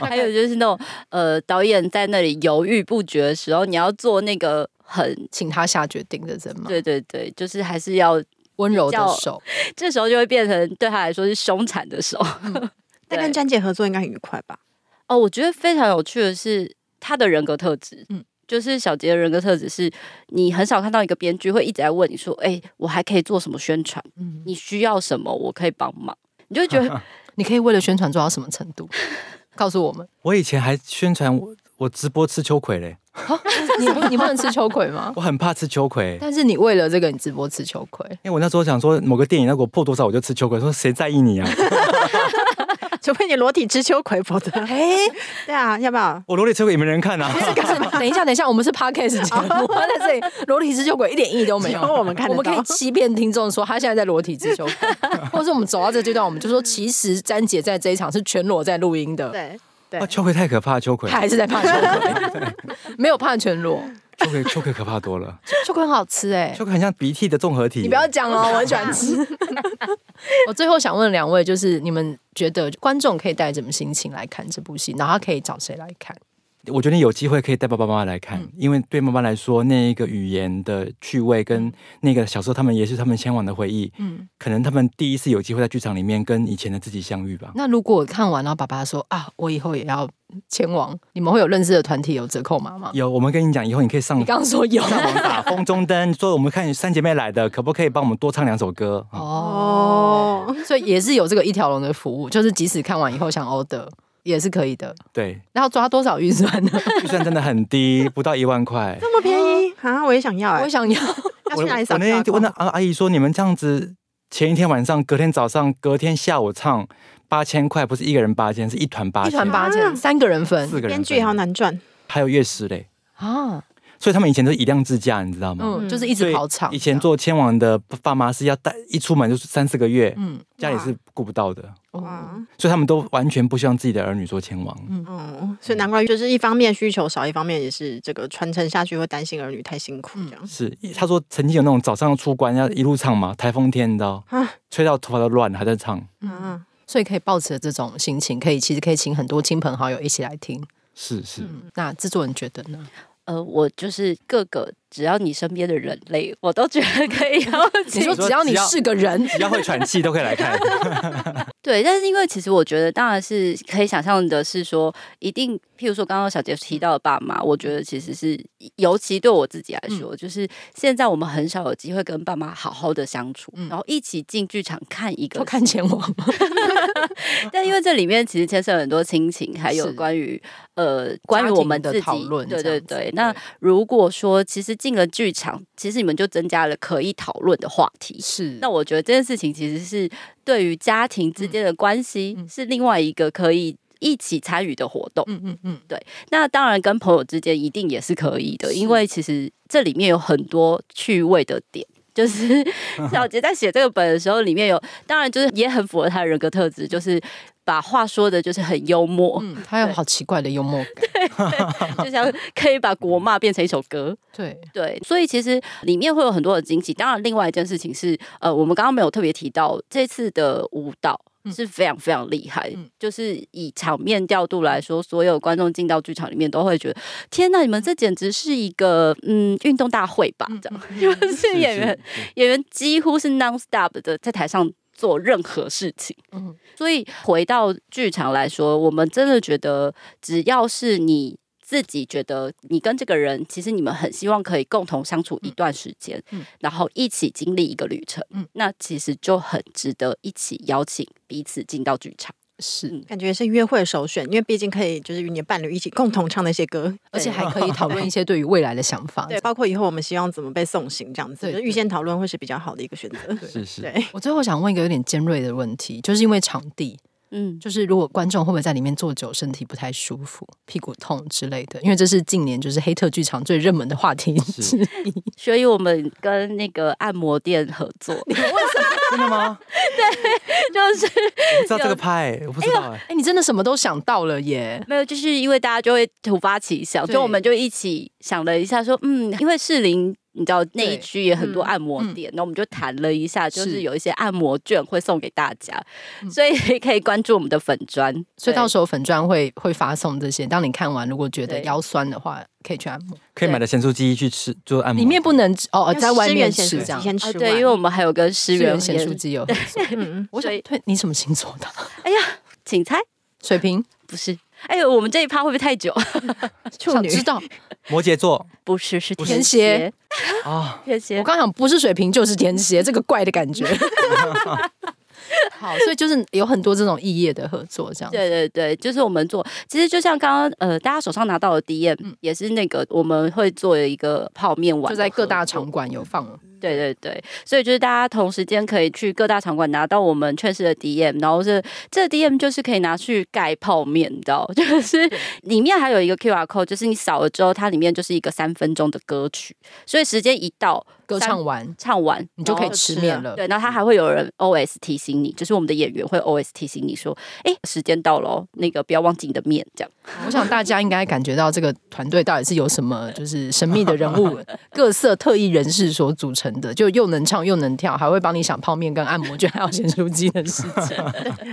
S4: 还有就是那种呃，导演在那里犹豫不决的时候，你要做那个很。
S1: 请他下决定的人嘛，
S4: 对对对，就是还是要，
S1: 温柔
S4: 比较
S1: 的手，
S4: 这时候就会变成对他来说是凶残的手。
S2: 但跟詹姐合作应该很愉快吧？
S4: 哦，我觉得非常有趣的是他的人格特质，嗯
S1: 嗯，
S4: 就是小杰的人格特质是，你很少看到一个编剧会一直在问你说，哎、我还可以做什么宣传？
S1: 嗯，
S4: 你需要什么？我可以帮忙。你就会觉得
S1: 你可以为了宣传做到什么程 度？告诉我们，
S3: 我以前还宣传我我直播吃秋葵嘞，
S1: 你不你不能吃秋葵吗？
S3: 我很怕吃秋葵，
S1: 但是你为了这个，你直播吃秋葵，
S3: 因为我那时候想说某个电影那给我破多少我就吃秋葵，说谁在意你啊？
S2: 除非你裸体吃秋葵， 否则哎， 对啊，要不要？
S3: 我罗列秋葵也没人看啊。
S1: 干什么？等一下，等一下，我们是 podcast 节 目，他在这里裸体之秋鬼一点意义都没有。
S2: 只有我们看得
S1: 我
S2: 到
S1: 们可以欺骗听众说他现在在裸体之秋 鬼，或者是我们走到这阶段，我们就说其实詹姐在这一场是全裸在录音的，
S2: 对对
S3: 啊，，秋葵太可怕，秋葵
S1: 她，还是在怕秋葵， 没有怕全裸。
S3: 秋葵，秋葵可怕 多了，
S1: 秋葵很好吃哎、
S3: 秋葵很像鼻涕的综合体。
S1: 你不要讲哦，我很喜欢吃。 我最后想问两位，就是你们觉得观众可以带什么心情来看这部戏，然后他可以找谁来看？
S3: 我觉得有机会可以带爸爸妈妈来看，
S1: 嗯
S3: 因为对妈妈来说，那一个语言的趣味跟那个小时候他们也是他们向往的回忆，
S1: 嗯，
S3: 可能他们第一次有机会在剧场里面跟以前的自己相遇吧。
S1: 那如果看完然后爸爸说啊，我以后也要前往，你们会有认识的团体有折扣码吗？
S3: 有，我嗯们跟你讲，以后你可以上
S1: 你刚刚说有
S3: 上网打风中灯，说我们看三姐妹来的，可不可以帮我们多唱两首歌？啊
S1: 哦，
S2: 哦，
S1: 所以也是有这个一条龙的服务，就是即使看完以后想 order 也是可以的。
S3: 对，
S1: 然后抓多少预算呢？
S3: 预算真的很 低，不到一万块。
S2: 这么便宜啊！我也想要哎、
S1: 哦我想要，
S2: 要
S3: 我
S2: 去哪里啊
S3: 我
S2: 扫
S3: 那天
S2: QR
S3: 就问
S2: code？
S3: 到阿阿姨说，你们这样子，前一天晚上、隔天早上、隔天下午唱八千块，不是一个人八千，是一团八
S1: 一
S3: 千，
S1: 团八千，
S2: 啊
S1: 三个人分
S3: 四个人
S2: 编
S3: 分，
S2: 剧也好难赚，
S3: 还有乐师嘞，
S1: 啊，
S3: 所以他们以前都是以量制价，你知道吗？
S1: 嗯，
S2: 嗯
S1: 就是一
S3: 所
S1: 直
S3: 以
S1: 跑场。
S3: 以前做千王的爸妈是要带一出门就是三四个月，
S1: 嗯，
S3: 家里是顾不到的，
S1: 哦，
S2: 哇，
S3: 所以他们都完全不希望自己的儿女做千王。
S2: 哦，所以难怪就是一方面需求少，一方面也是这个传承下去会担心儿女太辛苦
S1: 嗯
S2: 这样。
S3: 是，他说曾经有那种早上出关要一路唱嘛，台风天你知道，
S2: 啊
S3: 吹到头发都乱了还在唱。
S2: 嗯，
S1: 所以可以抱持这种心情，可以其实可以请很多亲朋好友一起来听。嗯
S3: 是是，
S1: 那制作人觉得呢？
S4: 呃，我就是各个只要你身边的人类，我都觉得可以 邀
S1: 你
S4: 请
S1: 说。只要你是个人，
S3: 只要会喘气都可以来看。
S4: 对，但是因为其实我觉得，当然是可以想象的是说，一定，譬如说刚刚小杰提到的爸妈，我觉得其实是，尤其对我自己来
S1: 嗯
S4: 说，就是现在我们很少有机会跟爸妈好好的相处，
S1: 嗯
S4: 然后一起进剧场看一个
S1: 就看前往吗？
S4: 但因为这里面其实牵涉很多亲情，还有
S1: 是
S4: 关于呃关于我们自己
S1: 家庭的讨论这
S4: 对对
S1: 样子
S4: 对
S1: 对。
S4: 那如果说其实进了剧场，其实你们就增加了可以讨论的话题。
S1: 是
S4: 那我觉得这件事情其实是对于家庭之间的关系、
S1: 嗯嗯
S4: 是另外一个可以一起参与的活动。
S1: 嗯嗯嗯，
S4: 那当然跟朋友之间一定也是可以的，
S1: 是
S4: 因为其实这里面有很多趣味的点。就是 小杰在写这个本的时候，里面有当然就是也很符合他的人格特质，就是把话说的就是很幽默，
S1: 嗯，他有好奇怪的幽默感。嗯
S4: 就像可以把国骂变成一首歌。
S1: 对，
S4: 对，所以其实里面会有很多的惊喜。当然，另外一件事情是，呃，我们刚刚没有特别提到这次的舞蹈。
S1: 嗯
S4: 是非常非常厉害，
S1: 嗯
S4: 就是以场面调度来说，所有观众进到剧场里面都会觉得，天呐，你们这简直是一个嗯运动大会吧？这样，
S1: 嗯
S4: 就是演员
S3: 是是
S4: 演员几乎是 non stop 的在台上做任何事情。
S1: 嗯
S4: 所以回到剧场来说，我们真的觉得，只要是你自己觉得你跟这个人，其实你们很希望可以共同相处一段时间，
S1: 嗯嗯
S4: 然后一起经历一个旅程，
S1: 嗯
S4: 那其实就很值得一起邀请彼此进到剧场。
S1: 是，
S2: 感觉是约会首选，因为毕竟可以就是与你的伴侣一起共同唱那些歌，
S1: 而且还可以讨 论一些对于未来的想法。
S2: 对，包括以后我们希望怎么被送行这样子，
S1: 对
S2: 就是预先讨论会是比较好的一个 选择。
S3: 是是，
S2: 对，
S1: 我最后想问一个有点尖锐的问题，就是因为场地，
S4: 嗯，
S1: 就是如果观众会不会在里面坐久，身体不太舒服、屁股痛之类的？因为这是近年就是黑特剧场最热门的话题
S3: 是
S1: 之一。
S4: 所以我们跟那个按摩店合 作，
S3: 真的吗？我
S4: 就是
S3: 不知道这个拍，我不知道哎。
S1: 哎、你真的什么都想到了耶！
S4: 没有，就是因为大家就会突发奇想，
S1: 对
S4: 就我们就一起想了一下说嗯，因为士林。你知道那一
S1: 对嗯
S4: 区也很多按摩店，那、我们就谈了一下，就是
S1: 是嗯
S4: 有一些按摩券会送给大家，所以 可以关注我们的粉砖。
S1: 所以到
S4: 时
S1: 时候粉砖会会发送这些，当你看完，如果觉得
S4: 对
S1: 腰酸的话，可以去按摩。
S3: 可以买的咸酥鸡去吃，做按摩。
S1: 里面不能吃哦，哦在外面
S2: 先
S1: 吃这样。
S2: 先
S4: 啊，
S2: 吃
S4: 对，
S2: 完
S4: 因 为我们还有跟
S1: 支
S4: 师
S1: 援
S4: 源
S1: 咸
S4: 也
S1: 酥鸡有合作，
S2: 嗯
S1: 我想
S4: 所以
S1: 对你什么星座的？
S4: 哎呀，请猜，
S1: 水瓶，
S4: 不是？哎呦，我们这一趴会不会太久？
S1: 想知道。
S3: 摩羯座
S4: 不是，是
S1: 是哦
S4: 天蝎，
S3: 啊，
S4: 天蝎
S1: 我。刚想不是水瓶就是天蝎，这个怪的感觉。好，所以就是有很多这种异业的合作，这样
S4: 对对对，就是我们做，其实就像刚刚呃，大家手上拿到的 DM，、也是那个我们会做一个泡面碗，
S1: 嗯就在各大场馆有放。
S4: 对对对，所以就是大家同时间可以去各大场馆拿到我们劝世的 DM，然后是这 DM 就是可以拿去盖泡面，你知道， 就是里面还有一个 QR code，就是你扫了之后，它里面就是一个三分钟的歌曲，所以时间一到。
S1: 歌
S4: 三
S1: 唱完
S4: 唱完
S1: 你就可以
S4: 然后
S1: 吃面了。
S4: 对，然后他还会有人 OS 提醒你，就是我们的演员会 OS 提醒你说，哎，时间到了哦，那个不要忘记你的面，这样。
S1: 我想大家应该感觉到这个团队到底是由什么就是神秘的人 物、各色特异人士所组成的，就又能唱又能跳，还会帮你想泡面跟按摩卷还有咸酥鸡的事 情。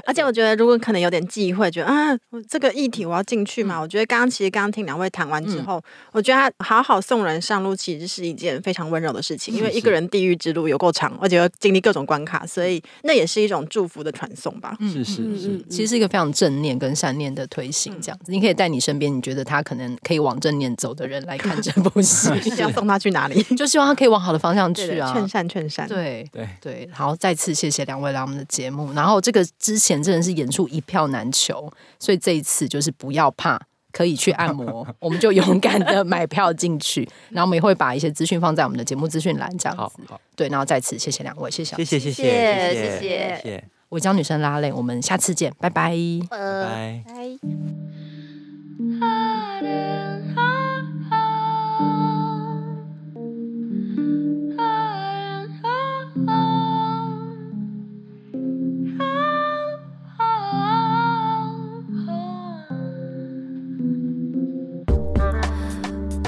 S2: 而且我觉得，如果可能有点忌讳，觉得啊，我这个议题我要进去
S1: 嗯
S2: 嘛。我觉得刚刚其实刚刚听两位谈完之后，我觉得他好好送人上路，其实是一件非常温柔的事情，因为一个人地狱之路有够长，而且要经历各种关卡，所以那也是一种祝福的传送吧。
S1: 嗯
S3: 是
S4: 嗯
S3: 是是，
S1: 其实是一个非常正念跟善念的推行，这样子，你可以带你身边你觉得他可能可以往正念走的人来看这部 戏，
S2: 是 要送他去哪 里？
S1: 就希望他可以往好的方向
S2: 对
S1: 去
S2: 对
S1: 啊。
S2: 劝善劝善。
S1: 对
S3: 对
S1: 对，好，再次谢谢两位来我们的节目。然后这个之前真的是演出一票难求，所以这一次就是不要怕，可以去按摩，我们就勇敢的买票进去。然后我们也会把一些资讯放在我们的节目资讯栏，这样
S3: 好
S1: 子。
S3: 好，
S1: 对，然后再次谢谢两位，谢谢。
S3: 谢谢谢
S4: 谢
S3: 谢
S4: 谢
S3: 谢
S4: 谢，
S3: 谢，
S1: 我教女生拉蕾，我们下次见，拜拜。
S3: 拜
S4: 呃，
S3: 拜。
S4: 拜。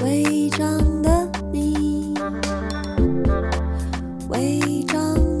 S5: 伪装的你，伪装